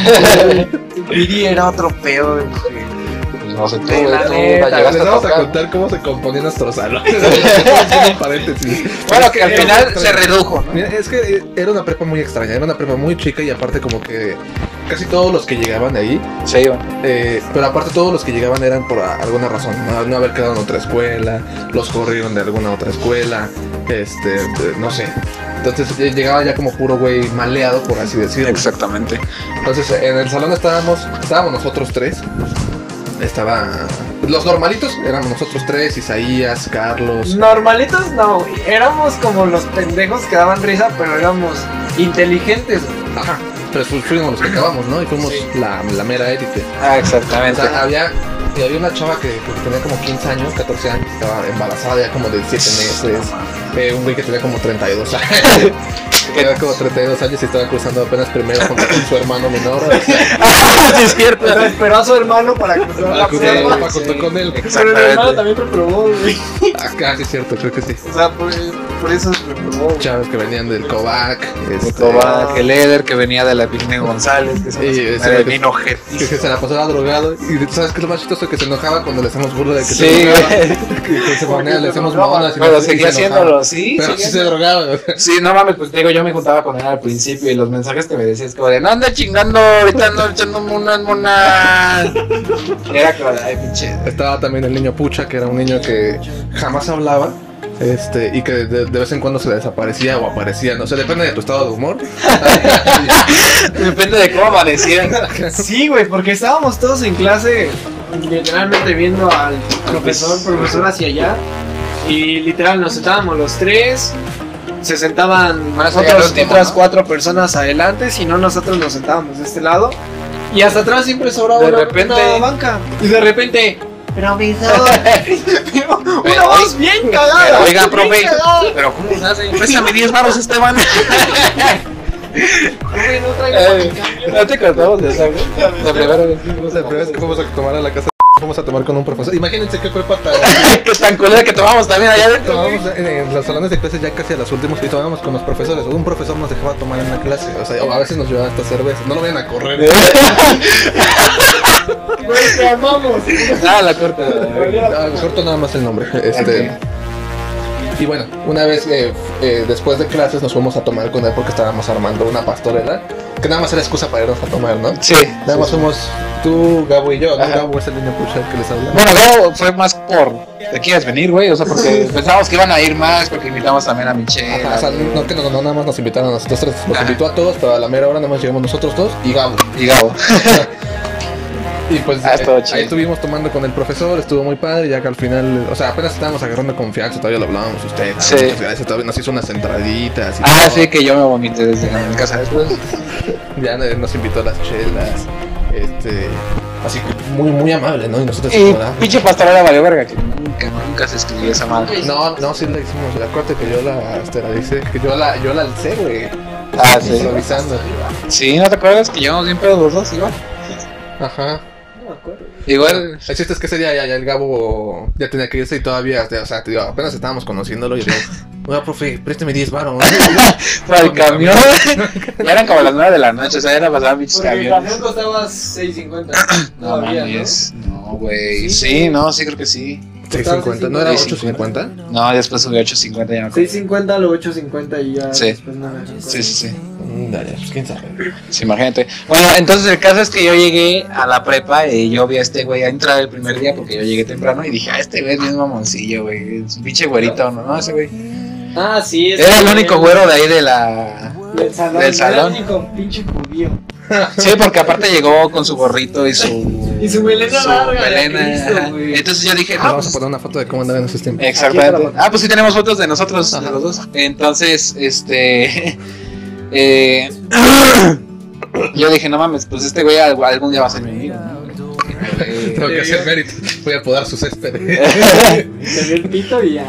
Speaker 5: Billy era otro pedo de mujer.
Speaker 6: Pues no sé, tú,
Speaker 5: Sí,
Speaker 6: güey,
Speaker 5: la
Speaker 6: tú
Speaker 5: neta,
Speaker 6: la
Speaker 1: Les
Speaker 6: llegaste a
Speaker 1: vamos a
Speaker 6: tocar.
Speaker 1: contar cómo se componía nuestro salón. Haciendo un paréntesis.
Speaker 6: Bueno, que al final se
Speaker 1: Mira,
Speaker 6: redujo, ¿no?
Speaker 1: Mira, es que eh, era una prepa muy extraña, era una prepa muy chica y aparte como que casi todos los que llegaban de ahí,
Speaker 6: Se iban.
Speaker 1: eh, pero aparte todos los que llegaban eran por a- alguna razón, no, no haber quedado en otra escuela, los corrieron de alguna otra escuela, este, eh, no sé. Entonces eh, llegaba ya como puro güey maleado, por así decirlo.
Speaker 6: Exactamente.
Speaker 1: Entonces, en el salón estábamos, estábamos nosotros tres. Estaba. Los normalitos éramos nosotros tres, Isaías, Carlos.
Speaker 5: Normalitos no, güey. Éramos como los pendejos que daban risa, pero éramos inteligentes. güey.
Speaker 1: Ajá. Pero fu- fuimos los que acabamos, ¿no? Y fuimos
Speaker 5: Sí.
Speaker 1: la, la mera élite.
Speaker 6: Ah,
Speaker 1: O
Speaker 6: exactamente.
Speaker 1: sea, había, y había una chava que, que tenía como 15 años, 14 años, estaba embarazada ya como de 7 meses. Eh, un güey que tenía como 32 años. que tenía como 32 años y estaba cruzando apenas primero con, con su hermano menor. o sea,
Speaker 6: sí, es cierto.
Speaker 5: Pero esperó a su hermano para cruzar la
Speaker 1: cruzó la
Speaker 5: prueba.
Speaker 1: papa, contó con él.
Speaker 5: Pero el hermano también reprobó, güey.
Speaker 1: Acá, sí, es cierto, creo que sí.
Speaker 5: O sea, por, por eso se reprobó, güey.
Speaker 1: chavos que venían del Kovac, este,
Speaker 6: Coba, que Leder, que venía de la Virginia González, que se
Speaker 1: Y
Speaker 6: me
Speaker 1: ese-
Speaker 6: vino
Speaker 1: que
Speaker 6: ojete.
Speaker 1: se la pasaba drogado. Y sabes que lo más chistoso que se enojaba cuando le hacemos burla de que
Speaker 6: Sí,
Speaker 1: se drogaba,
Speaker 6: güey.
Speaker 1: que se ponía, le hacemos monas y
Speaker 6: Pero
Speaker 1: no- y
Speaker 6: seguía
Speaker 1: se enojaba.
Speaker 6: haciéndolo, sí.
Speaker 1: Pero sí
Speaker 6: seguía
Speaker 1: se drogaba. o sea,
Speaker 6: Sí, no mames, pues te digo, yo me juntaba con él al principio y los mensajes que me decías como de, no anda chingando, ahorita ando echándome unas monas. Era como de, ay, pinche.
Speaker 1: Estaba también el niño Pucha, que era un niño que jamás hablaba. Este, y que de, de vez en cuando se desaparecía o aparecía, no sé, depende de tu estado de humor.
Speaker 6: Depende de cómo amanecieran.
Speaker 5: Sí, güey, porque estábamos todos en clase literalmente viendo al profesor, profesor hacia allá. Y literal nos sentábamos los tres. Se sentaban
Speaker 6: Más allá
Speaker 5: otros-
Speaker 6: del último,
Speaker 5: otras
Speaker 6: ¿no?
Speaker 5: cuatro personas adelante, si no nosotros nos sentábamos de este lado. Y hasta atrás siempre sobraba
Speaker 6: De
Speaker 5: una,
Speaker 6: repente-
Speaker 5: una banca. Y de repente, Provisor. Pero una voz bien
Speaker 2: Pero,
Speaker 5: cagada.
Speaker 2: oiga,
Speaker 5: bien
Speaker 2: profe,
Speaker 5: cagada.
Speaker 2: pero ¿cómo se hace? Préstame 10 baros, Esteban.
Speaker 5: Profe, no traigo
Speaker 2: Eh,
Speaker 5: para el
Speaker 2: No te cortamos de esa, güey. La primera vez que fuimos
Speaker 1: La primera vez que fuimos a tomar a la casa, vamos a tomar con un profesor. Imagínense qué fue para
Speaker 2: que es tan culera que tomamos también allá adentro.
Speaker 1: Tomábamos en, en los salones de clases ya casi a las últimas y tomábamos con los profesores. Un profesor nos dejaba tomar en la clase. O sea, o a veces nos llevaba hasta cerveza. No lo vayan a correr. ¿eh?
Speaker 5: cambio. Güey, te amamos.
Speaker 2: Ah, la corta.
Speaker 1: Ah, les corto nada más el nombre. Este. Y bueno, una vez eh, eh, después de clases nos fuimos a tomar con él porque estábamos armando una pastorela. Que nada más era excusa para irnos a tomar, ¿no?
Speaker 2: Sí.
Speaker 1: Nada más fuimos tú, Gabo y yo. ¿no?
Speaker 2: Ajá.
Speaker 1: Gabo es el niño pulsar que les habla.
Speaker 2: Bueno, luego fue más por. ¿Te quieres venir, güey? O sea, porque pensábamos que iban a ir más, porque invitamos también a Michelle.
Speaker 1: Ajá, o sea, no que no, no, nada más nos invitaron a nosotros tres, nos
Speaker 2: Ajá.
Speaker 1: invitó a todos, pero a la mera hora nada más llegamos nosotros dos y Gabo.
Speaker 2: Y Gabo.
Speaker 1: Y pues
Speaker 2: Ah,
Speaker 1: eh,
Speaker 2: estuvo chido.
Speaker 1: ahí estuvimos tomando con el profesor, estuvo muy padre, ya que al final, o sea, apenas estábamos agarrando confianza, todavía lo hablábamos usted.
Speaker 2: Sí.
Speaker 1: muchas gracias, todavía nos hizo unas entraditas. y
Speaker 2: Ah,
Speaker 1: todo.
Speaker 2: sí, que yo me vomité desde la casa después.
Speaker 1: Ya eh, nos invitó a las chelas, este, así que muy, muy amable, ¿no? Y nosotros,
Speaker 2: Y
Speaker 1: ¿verdad?
Speaker 2: pinche pastorela valió verga, que nunca, nunca se escribió esa madre.
Speaker 1: No, no, sí la hicimos, la corte que yo la, este, la hice, que yo la, yo la alcé, güey,
Speaker 2: Ah, sí.
Speaker 1: improvisando.
Speaker 2: Sí, ¿no te acuerdas que llevamos bien pedos los dos, igual?
Speaker 1: Ajá.
Speaker 5: No me acuerdo.
Speaker 2: Igual.
Speaker 1: El chiste es que ese día ya, ya el Gabo ya tenía que irse y todavía, o sea, te digo, apenas estábamos conociéndolo y yo, oiga, profe, préstame 10 baros.
Speaker 2: Para el camión. ya eran como las 9 de la noche, o sea, era pasar bichos
Speaker 5: Porque el camión
Speaker 2: camiones.
Speaker 5: costaba 6.50.
Speaker 2: No
Speaker 5: todavía, ¿no?
Speaker 2: mames. No, güey. Sí, no, sí, creo que sí.
Speaker 1: 650, ¿no era
Speaker 2: 6.50?
Speaker 1: 850?
Speaker 2: No, después subió 8.50 ya me acuerdo.
Speaker 5: 6.50 a los 8.50 y ya
Speaker 2: Sí.
Speaker 5: después nada.
Speaker 2: Sí, sí, sí.
Speaker 1: Mm, Dale, pues quién sabe.
Speaker 2: Sí, imagínate. Bueno, entonces el caso es que yo llegué a la prepa y yo vi a este güey a entrar el primer día porque yo llegué temprano y dije, ah, este güey es bien mamoncillo, güey. Es un pinche güerito, ¿no? No, ese güey.
Speaker 5: Ah, sí. es
Speaker 2: Era el
Speaker 5: que-
Speaker 2: único güero de ahí de la.
Speaker 5: Del salón.
Speaker 2: Del salón.
Speaker 5: Era el único pinche judío.
Speaker 2: Sí, porque aparte llegó con su gorrito y su.
Speaker 5: Y su melena larga,
Speaker 2: melena,
Speaker 5: ya Cristo,
Speaker 2: ajá.
Speaker 5: güey.
Speaker 2: Entonces yo dije, ah,
Speaker 1: vamos a
Speaker 2: pues,
Speaker 1: poner una foto de cómo andaba en esos tiempos.
Speaker 2: Exactamente.
Speaker 5: Aquí
Speaker 2: Ah, pues sí tenemos fotos de nosotros, de los dos. Entonces, este... eh, yo dije, no mames, pues este güey al- algún día va a ser mi amigo. ¿no? Eh,
Speaker 1: Tengo que hacer mérito. Voy a podar sus césped.
Speaker 5: Se vio el pito y ya.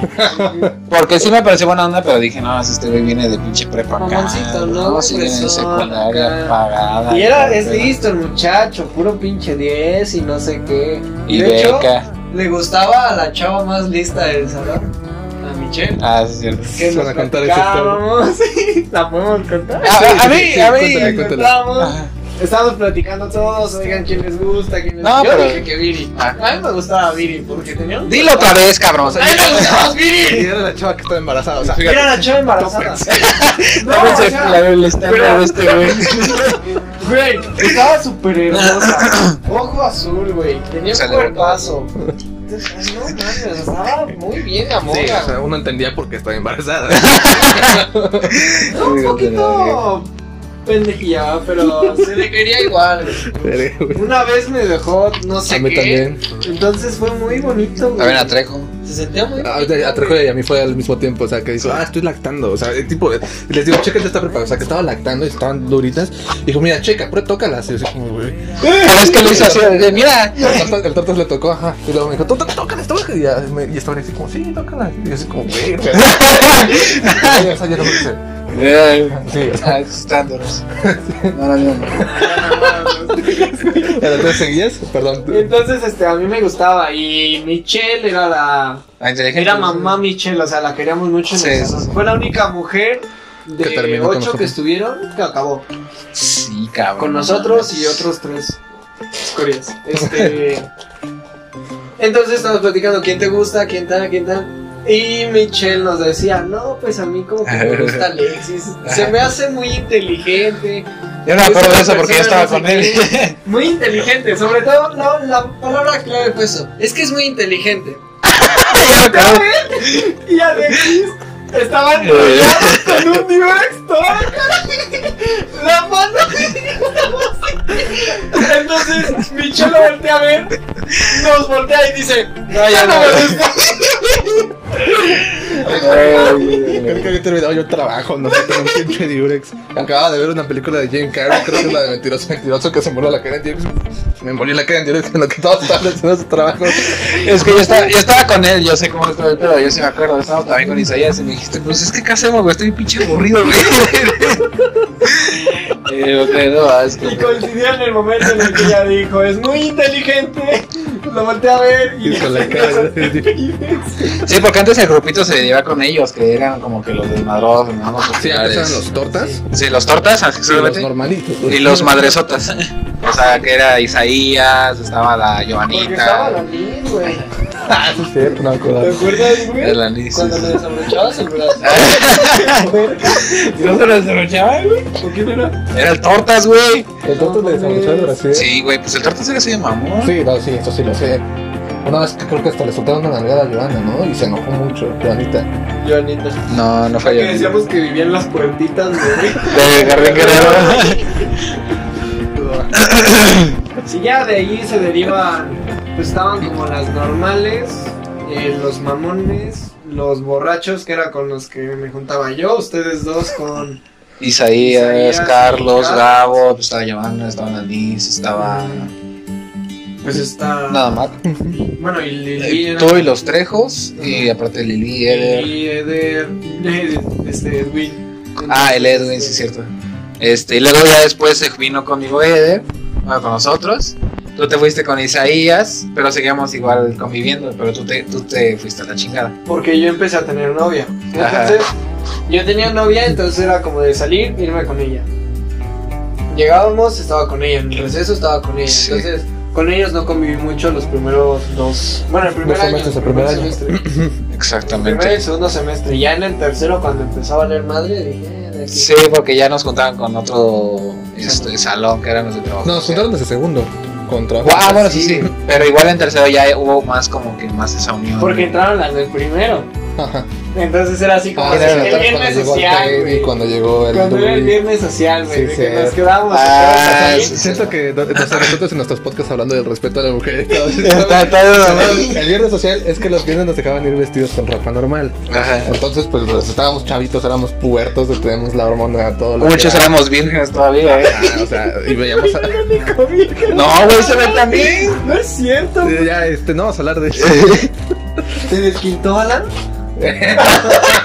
Speaker 2: porque sí me pareció buena onda, pero dije, no, si este güey viene de pinche prepa acá.
Speaker 5: Mamoncito, ¿no?
Speaker 2: Sí, viene de
Speaker 5: Profesor,
Speaker 2: secundaria
Speaker 5: acá.
Speaker 2: pagada.
Speaker 5: Y era,
Speaker 2: acá,
Speaker 5: es listo el muchacho, puro pinche 10 y no sé qué.
Speaker 2: Y
Speaker 5: de hecho,
Speaker 2: beca.
Speaker 5: le gustaba a la chava más lista del salón, a Michelle.
Speaker 2: Ah, sí, es cierto.
Speaker 5: Que
Speaker 1: Van
Speaker 5: nos
Speaker 1: a contar esa historia.
Speaker 5: platicábamos, ¿La podemos contar?
Speaker 2: A, a- a mí,
Speaker 1: sí,
Speaker 2: a mí...
Speaker 1: cuéntala, cuéntala.
Speaker 5: Estábamos,
Speaker 2: Ajá.
Speaker 5: estábamos platicando todos, oigan quién les gusta, quién les
Speaker 2: No,
Speaker 5: Yo
Speaker 2: pero-
Speaker 5: dije que Viri.
Speaker 2: Ah.
Speaker 5: A mí me gustaba Viri porque tenía un.
Speaker 2: Dilo otra vez, cabrón.
Speaker 5: ¡A mí me gustaba más
Speaker 1: Y
Speaker 5: Viri!
Speaker 1: era la chava que estaba embarazada, o sea, fíjate.
Speaker 5: Era la chava embarazada. No,
Speaker 2: No,
Speaker 5: o
Speaker 2: se
Speaker 5: sea,
Speaker 2: aclaró el estándar de este güey.
Speaker 5: Güey, estaba súper hermosa. Ojo azul, güey. Tenía
Speaker 2: Se
Speaker 5: un
Speaker 2: le ve
Speaker 5: cuerpazo. Entonces, No mames, estaba muy bien la
Speaker 1: Sí,
Speaker 5: morra.
Speaker 1: o sea, uno entendía por qué estaba embarazada.
Speaker 5: No, un poquito pendejilla, pero se le quería igual.
Speaker 1: A
Speaker 5: Una vez me dejó, no sé
Speaker 1: mí
Speaker 5: qué.
Speaker 1: también.
Speaker 5: Entonces fue muy bonito, güey.
Speaker 2: También a Trejo.
Speaker 5: Se sentía muy
Speaker 1: A,
Speaker 5: bonito,
Speaker 1: Ah, a Trejo y a mí fue al mismo tiempo, o sea, que dijo, ah, estoy lactando, o sea, el tipo, eh, les digo, chequen esta preparada, o sea, que estaba lactando y estaban duritas, dijo, mira, checa, pero tócalas, y yo así como, güey,
Speaker 2: Pero es que lo hizo así, de, mira.
Speaker 1: El Tortas- El tortas le tocó, ajá. Y luego me dijo, "Tó- tó- tócala, tócala. Y, ya, me- y estaba así como, sí, tócala. Y yo así como, güey. o sea, ya sabía lo que hice. Sí, o sea,
Speaker 2: Ah, estándares. No, no, no.
Speaker 1: entonces seguías, perdón.
Speaker 5: Entonces, este, a mí me gustaba. Y Michelle era la.
Speaker 2: La inteligencia.
Speaker 5: Era mamá Michelle, o sea, la queríamos mucho. en
Speaker 2: Sí,
Speaker 5: el
Speaker 2: sí,
Speaker 5: salón.
Speaker 2: sí.
Speaker 5: Fue la única mujer de
Speaker 1: Que terminó con
Speaker 5: ocho que
Speaker 1: nosotros.
Speaker 5: estuvieron que acabó.
Speaker 2: Sí, cabrón.
Speaker 5: Con nosotros y otros tres escorias. Este. Entonces estamos platicando quién te gusta, quién tal, quién tal. Y Michelle nos decía, no, pues a mí como que me gusta Alexis. Se me hace muy inteligente. Pues,
Speaker 2: Yo no me acuerdo de eso porque yo estaba con él.
Speaker 5: Muy inteligente, sobre todo no, la palabra clave fue eso. Es que es muy inteligente. y Alexis estaban
Speaker 2: Eh.
Speaker 5: rodeados con un Durex toda la mano. Entonces Michelle lo voltea a ver, nos voltea y dice, no, ya no me gusta.
Speaker 1: Creo que había terminado yo el trabajo, no sé, tengo un pinche diurex. Acababa de ver una película de Jim Carrey, creo que es la de Mentiroso Mentiroso, que se murió la cara en diurex. Me murió la cara en diurex en lo que todos estaban haciendo su trabajo.
Speaker 6: Es que yo estaba, yo estaba con él, yo sé cómo estaba el pedo, yo sí me acuerdo, estábamos también con Isaías y me dijiste, pues es que qué hacemos, güey, estoy pinche aburrido, güey. Eh, ok, no, es
Speaker 5: Y
Speaker 6: que...
Speaker 5: coincidió en el momento en el que ella dijo, es muy inteligente. Lo volteé a ver y,
Speaker 1: Y con la cara.
Speaker 6: Sí, porque antes el grupito se llevaba con ellos, que eran como que los desmadrosos, ¿no? Los
Speaker 1: Sí, antes eran los tortas
Speaker 6: Sí, los tortas,
Speaker 1: y los
Speaker 6: absolutamente.
Speaker 1: normalitos. pues.
Speaker 6: Y los madresotas. O sea, que era Isaías, estaba la
Speaker 5: Porque estaba la
Speaker 6: Joanita.
Speaker 5: mil, güey.
Speaker 1: Ah, sí, es cierto, no me
Speaker 5: ¿Te
Speaker 1: acordaba.
Speaker 5: acuerdas, güey?
Speaker 6: la Liz,
Speaker 5: Cuando
Speaker 6: sí,
Speaker 5: le
Speaker 6: sí.
Speaker 5: desabrochabas el brazo.
Speaker 6: ¿No se los derrochaba, güey?
Speaker 5: ¿Por qué no era?
Speaker 6: Era el tortas, güey.
Speaker 1: El tortas le desabrochaba el brasier.
Speaker 6: Sí, güey, pues el tortas era así de mamón.
Speaker 1: Sí, no, sí, eso sí lo sé. Una vez que creo que hasta le soltaron una nalgada a Joana, ¿no? Y se enojó mucho, Joanita.
Speaker 5: Joanita.
Speaker 6: No, no
Speaker 5: Que
Speaker 6: falló.
Speaker 5: decíamos que vivía en las puertitas, güey.
Speaker 6: De Garden Guerrero.
Speaker 5: Si ya de ahí se derivan, pues estaban como las normales, eh, los mamones, los borrachos, que era con los que me juntaba yo, ustedes dos con...
Speaker 6: Isaías,
Speaker 5: Isaías,
Speaker 6: Carlos,
Speaker 5: Carlos.
Speaker 6: Gabo, pues estaba Giovanna, estaba Lanis, estaba.
Speaker 5: Pues está...
Speaker 6: Nada más.
Speaker 5: Bueno, y Lili
Speaker 6: Eh,
Speaker 5: era-
Speaker 6: Tú y los Trejos, y aparte Lili, Eder.
Speaker 5: Lili, Eder, eh, este, Edwin.
Speaker 6: Ah, el Edwin, sí, es cierto. Este, y luego ya después se vino conmigo Eder, bueno, con nosotros. Tú te fuiste con Isaías, pero seguíamos igual conviviendo, pero tú te, tú te fuiste a la chingada.
Speaker 5: Porque yo empecé a tener novia.
Speaker 6: Ajá.
Speaker 5: Entonces, yo tenía novia, entonces era como de salir, irme con ella. Llegábamos, estaba con ella, en el receso estaba con ella.
Speaker 6: Sí.
Speaker 5: Entonces, con ellos no conviví mucho los primeros dos. Bueno, el primer
Speaker 1: Dos
Speaker 5: año.
Speaker 1: semestres, el primer año.
Speaker 5: semestre. El primer y
Speaker 6: Exactamente.
Speaker 5: el segundo semestre. Ya en el tercero, cuando empezó a valer madre, dije. "Eh, de aquí".
Speaker 6: Sí, porque ya nos contaban con otro este, salón que era nuestro trabajo.
Speaker 1: No, nos juntaron desde segundo. Contra.
Speaker 6: Ah, bueno, sí, sí. Pero igual en tercero ya hubo más como que más esa unión.
Speaker 5: Porque entraron las del primero.
Speaker 1: Ajá.
Speaker 5: Entonces era así como
Speaker 1: Ah,
Speaker 5: de,
Speaker 1: era
Speaker 5: el viernes
Speaker 1: cuando llegó el
Speaker 5: social,
Speaker 1: Teddy,
Speaker 5: güey. Cuando,
Speaker 1: cuando llegó el
Speaker 5: era el
Speaker 1: Dewey.
Speaker 5: viernes social, güey.
Speaker 1: Sí,
Speaker 5: de
Speaker 1: sí.
Speaker 5: que nos quedábamos.
Speaker 6: Ah,
Speaker 5: ahí.
Speaker 6: sí, sí.
Speaker 1: Siento que no- no sé, nosotros en nuestros podcasts hablando del respeto a la mujer.
Speaker 6: Está todo.
Speaker 1: El viernes social es que los viernes nos dejaban ir vestidos con ropa normal.
Speaker 6: Ajá.
Speaker 1: Entonces, pues los- estábamos chavitos, éramos puertos, teníamos la hormona, todo lo que
Speaker 6: Muchos
Speaker 1: era.
Speaker 6: éramos vírgenes todavía, ¿eh?
Speaker 1: Ah, o sea, y veíamos a-
Speaker 6: No, güey, se ve también.
Speaker 5: No es cierto.
Speaker 1: Sí, Ya, este, no vamos a hablar de eso.
Speaker 5: ¿Te desquintó, Alan?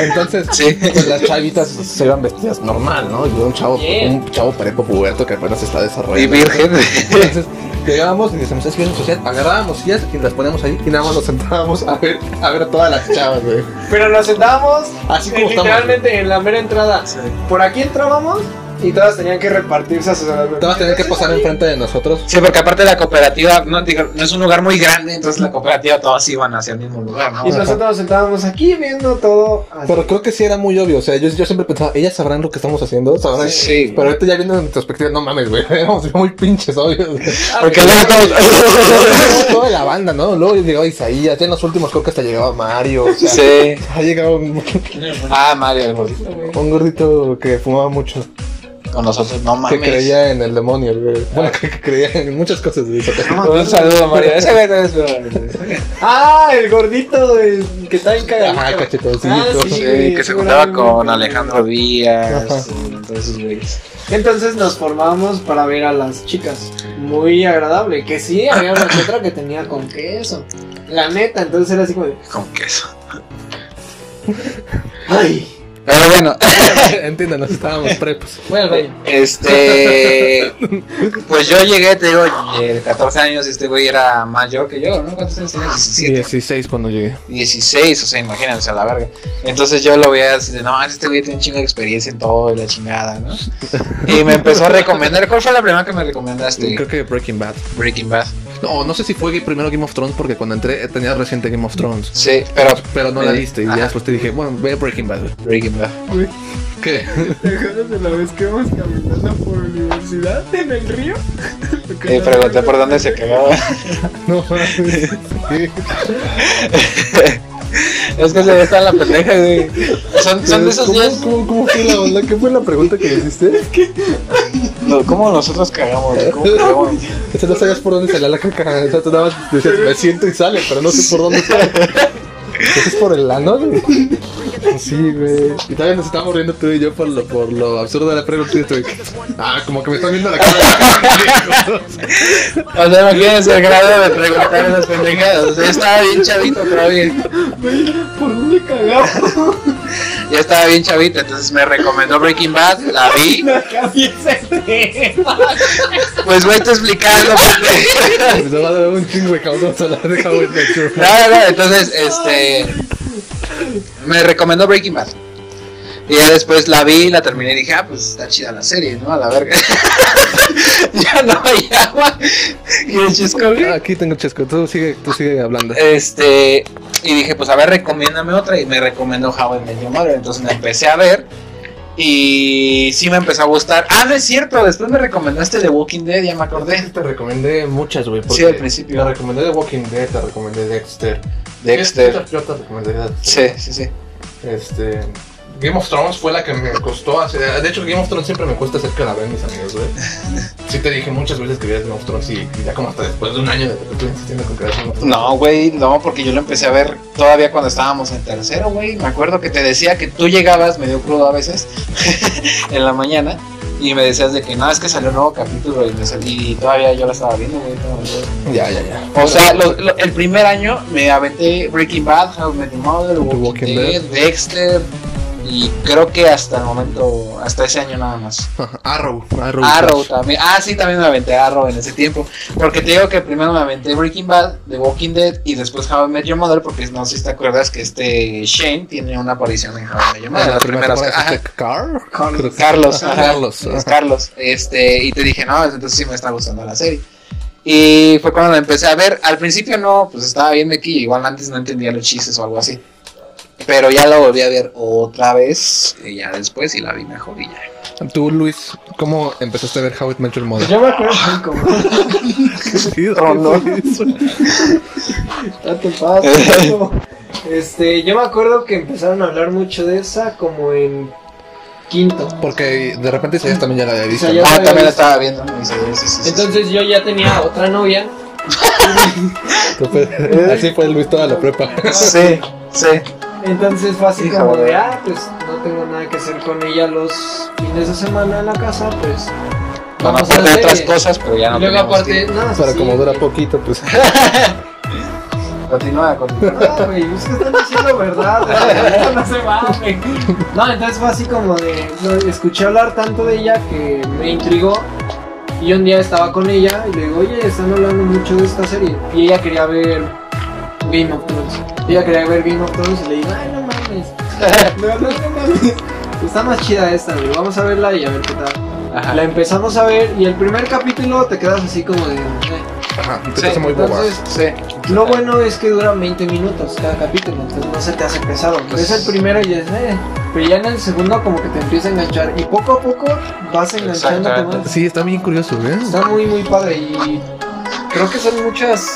Speaker 1: Entonces,
Speaker 6: Sí.
Speaker 1: pues las chavitas se iban vestidas normal, ¿no? Yo un chavo,
Speaker 5: Bien.
Speaker 1: un chavo parejo puberto que apenas se está desarrollando.
Speaker 6: Y virgen.
Speaker 1: Entonces, llegábamos y decíamos, es viernes social, agarrábamos sillas y las poníamos ahí y nada más nos sentábamos a ver, a ver a todas las chavas, güey.
Speaker 5: Pero nos sentábamos
Speaker 1: Así
Speaker 5: eh,
Speaker 1: como estamos,
Speaker 5: literalmente en la mera entrada. Por aquí entrábamos y todas tenían que repartirse a sus
Speaker 1: Todas tenían que pasar enfrente de nosotros.
Speaker 6: Sí, porque aparte la cooperativa, no, digo, no es un lugar muy grande, entonces la cooperativa todas iban hacia el mismo lugar, ¿no?
Speaker 5: Y nosotros nos sentábamos aquí viendo todo. así.
Speaker 1: Pero creo que sí era muy obvio, o sea, yo, yo siempre pensaba, ellas sabrán lo que estamos haciendo, sabrán.
Speaker 6: Sí.
Speaker 1: Pero ahorita ya viendo en perspectiva, no mames, güey, éramos muy pinches, obvio.
Speaker 6: Porque luego todos-
Speaker 1: Toda la banda, ¿no? Luego llegó Isaías, ya en los últimos creo que hasta llegaba Mario, o sea,
Speaker 6: Sí.
Speaker 1: ha llegado un,
Speaker 6: Ah, Mario, el gordito, güey.
Speaker 1: un gordito que fumaba mucho,
Speaker 6: Con nosotros, no
Speaker 1: que
Speaker 6: mames.
Speaker 1: creía en el demonio, güey. Bueno, que, que creía en muchas cosas. güey.
Speaker 6: Un saludo, Mario. Ese güey también es peor.
Speaker 5: Ah, el gordito el que está en
Speaker 1: Ajá, cachetoncito.
Speaker 5: Ah, sí.
Speaker 6: Sí, que se juntaba con Alejandro
Speaker 1: Ajá.
Speaker 6: Díaz. y todos esos güeyes.
Speaker 5: Entonces nos formábamos para ver a las chicas. Muy agradable. Que sí, había una que otra que tenía con queso. La neta, entonces era así como de.
Speaker 6: Con queso.
Speaker 5: ¡Ay!
Speaker 6: Pero bueno,
Speaker 1: Entiéndanos, estábamos prepos.
Speaker 5: Voy al baño.
Speaker 6: este. Pues yo llegué, te digo, de 14 años. Este güey era mayor que yo, ¿no? ¿Cuántos años tenías? 17.
Speaker 1: 16 cuando llegué.
Speaker 6: 16, o sea, imagínense a la verga. Entonces yo lo veía así de, no, este güey tiene un chingo de experiencia en todo y la chingada, ¿no? Y me empezó a recomendar. ¿Cuál fue la primera que me recomendaste?
Speaker 1: Creo que Breaking Bad.
Speaker 6: Breaking Bad.
Speaker 1: No, no sé si fue primero Game of Thrones porque cuando entré eh, tenía reciente Game of Thrones.
Speaker 6: Sí, pero.
Speaker 1: Pero no la
Speaker 6: Eh,
Speaker 1: viste y
Speaker 6: ajá.
Speaker 1: ya después te dije, bueno, ve Breaking Bad. güey.
Speaker 6: Breaking Bad.
Speaker 1: ¿Qué?
Speaker 5: ¿Te acuerdas de la vez que íbamos caminando por universidad en el río? Eh,
Speaker 6: Y eh, pregunté por dónde se cagaba.
Speaker 1: No, sí.
Speaker 6: Es que se ve está en la pendeja, güey. Son, son de esos
Speaker 1: ¿Cómo,
Speaker 6: días.
Speaker 1: cómo- cómo fue la onda? ¿Qué fue la pregunta que hiciste?
Speaker 6: No, ¿Cómo nosotros cagamos? güey? ¿Cómo cagamos?
Speaker 1: O sea, no sabías por dónde salía la caca. O sea, tú nada más decías, me siento y sale, pero no sé por dónde sale.
Speaker 7: Pues es por el ano, güey.
Speaker 1: Sí, güey. Y todavía nos estábamos riendo tú y yo por lo, por lo absurdo de la pregunta. y estoy, Ah, como que me están viendo la cara.
Speaker 6: O sea, imagínense el grado de preguntar esas pendejadas. O sea, yo estaba bien chavito todavía.
Speaker 5: ¿Por dónde cagamos?
Speaker 6: Ya estaba bien chavita, entonces me recomendó Breaking Bad, la vi.
Speaker 5: No cambies el tema.
Speaker 6: Pues voy a te explicando. porque-
Speaker 1: Me va a dar un chingo de cabrón. Vamos a hablar de How I Met Your Mother.
Speaker 6: No, no, no, entonces, este. Me recomendó Breaking Bad. Y ya después la vi, la terminé y dije, ah, pues está chida la serie, ¿no? A la verga. ya no hay agua. Y el chisco, güey.
Speaker 1: Aquí tengo chesco. Tú sigue, tú sigue hablando.
Speaker 6: Este, y dije, pues a ver, recomiéndame otra. Y me recomendó How I Met Your Mother. Entonces la empecé a ver. Y sí me empezó a gustar. Ah, no es cierto. Después me recomendaste The Walking Dead, ya me acordé.
Speaker 1: Te recomendé muchas, güey.
Speaker 6: Sí, al principio.
Speaker 1: Te recomendé The Walking Dead, te recomendé Dexter.
Speaker 6: Dexter.
Speaker 1: Yo te recomendé Dexter.
Speaker 6: Sí, sí, sí.
Speaker 1: Este. Game of Thrones fue la que me costó hacer. De hecho, Game of Thrones siempre me cuesta hacer que la vean mis amigos, güey. Sí te dije muchas veces que veas Game of Thrones y ya como hasta después de un año de que tú insistiendo con que veas Game of Thrones.
Speaker 6: No, güey, no, porque yo lo empecé a ver todavía cuando estábamos en tercero, güey. Me acuerdo que te decía que tú llegabas medio crudo a veces en la mañana y me decías de que no, es que salió un nuevo capítulo y, me salí, y todavía yo la estaba viendo, güey. todavía.
Speaker 1: Ya, ya, ya.
Speaker 6: O sea, lo- lo- el primer año me aventé Breaking Bad, How I Met Your Mother, Walking,
Speaker 1: Walking
Speaker 6: Dead, Dexter y creo que hasta el momento, hasta ese año nada más.
Speaker 1: Arrow, Arrow.
Speaker 6: Arrow también. Ah, sí, también me aventé Arrow en ese tiempo. Porque te digo que primero me aventé Breaking Bad, The Walking Dead y después How I Met Your Mother. Porque no sé si te acuerdas que este Shane tiene una aparición en How I Met Your Mother.
Speaker 1: Ah,
Speaker 6: las
Speaker 1: la primera
Speaker 6: primeras-
Speaker 1: temporada
Speaker 6: ajá,
Speaker 1: dijiste Car.
Speaker 6: con
Speaker 1: Creo que-
Speaker 6: Carlos. ajá,
Speaker 1: Carlos,
Speaker 6: es
Speaker 1: ajá.
Speaker 6: Carlos. Este, y te dije, no, entonces sí me está gustando la serie. Y fue cuando la empecé a ver. Al principio no, pues estaba bien de aquí. Igual antes no entendía los chistes o algo así. Pero ya la volví a ver otra vez. Y ya después y la vi mejor y ya.
Speaker 1: Tú, Luis, ¿cómo empezaste a ver How It Met Your Mother?
Speaker 5: Yo me acuerdo muy como
Speaker 6: Oh,
Speaker 1: Rolón.
Speaker 5: tanto paso. Ah, Este, yo me acuerdo que empezaron a hablar mucho de esa como en quinto.
Speaker 1: Porque de repente Isaías también ya la había visto.
Speaker 5: O sea,
Speaker 1: ¿no?
Speaker 5: ya-
Speaker 6: Ah, también
Speaker 5: había
Speaker 6: la estaba viendo. Sí, sí, sí, sí.
Speaker 5: Entonces yo ya tenía otra novia.
Speaker 1: Tú
Speaker 5: Eh.
Speaker 1: fue- Así fue Luis toda la prepa.
Speaker 6: Sí, sí.
Speaker 5: Entonces fue así
Speaker 6: Hija,
Speaker 5: como
Speaker 6: güey.
Speaker 5: de, ah, pues no tengo nada que hacer con ella los fines de semana en la casa, pues.
Speaker 6: Bueno,
Speaker 5: vamos a
Speaker 6: aparte de
Speaker 5: hacer
Speaker 6: otras cosas, pero ya no
Speaker 5: Y luego
Speaker 6: tenemos
Speaker 5: aparte,
Speaker 6: tiempo.
Speaker 5: no,
Speaker 7: Para
Speaker 5: sí,
Speaker 7: como dura
Speaker 5: güey.
Speaker 7: poquito, pues.
Speaker 6: Continúa, continúa.
Speaker 5: No, güey, es que están diciendo verdad, güey, esto no se va, güey. No, entonces fue así como de, no, escuché hablar tanto de ella que me intrigó. Y un día estaba con ella y le digo, oye, están hablando mucho de esta serie. Y ella quería ver Game of Thrones. Ella quería ver Game of Thrones y le digo, ay, no mames. No, no, no mames. Está más chida esta, güey. Vamos a verla y a ver qué tal. La empezamos a ver y el primer capítulo te quedas así como de... "Eh".
Speaker 1: Ajá, te
Speaker 6: Sí,
Speaker 1: hace muy boba.
Speaker 5: entonces,
Speaker 6: Sí.
Speaker 5: lo bueno es que dura 20 minutos cada capítulo, entonces no se te hace pesado.
Speaker 6: Pues-
Speaker 5: es el primero y es, eh, pero ya en el segundo como que te empieza a enganchar y poco a poco vas enganchándote
Speaker 6: Exactamente.
Speaker 5: más.
Speaker 1: Sí, está bien curioso, ¿eh?
Speaker 5: Está muy muy padre y creo que son muchas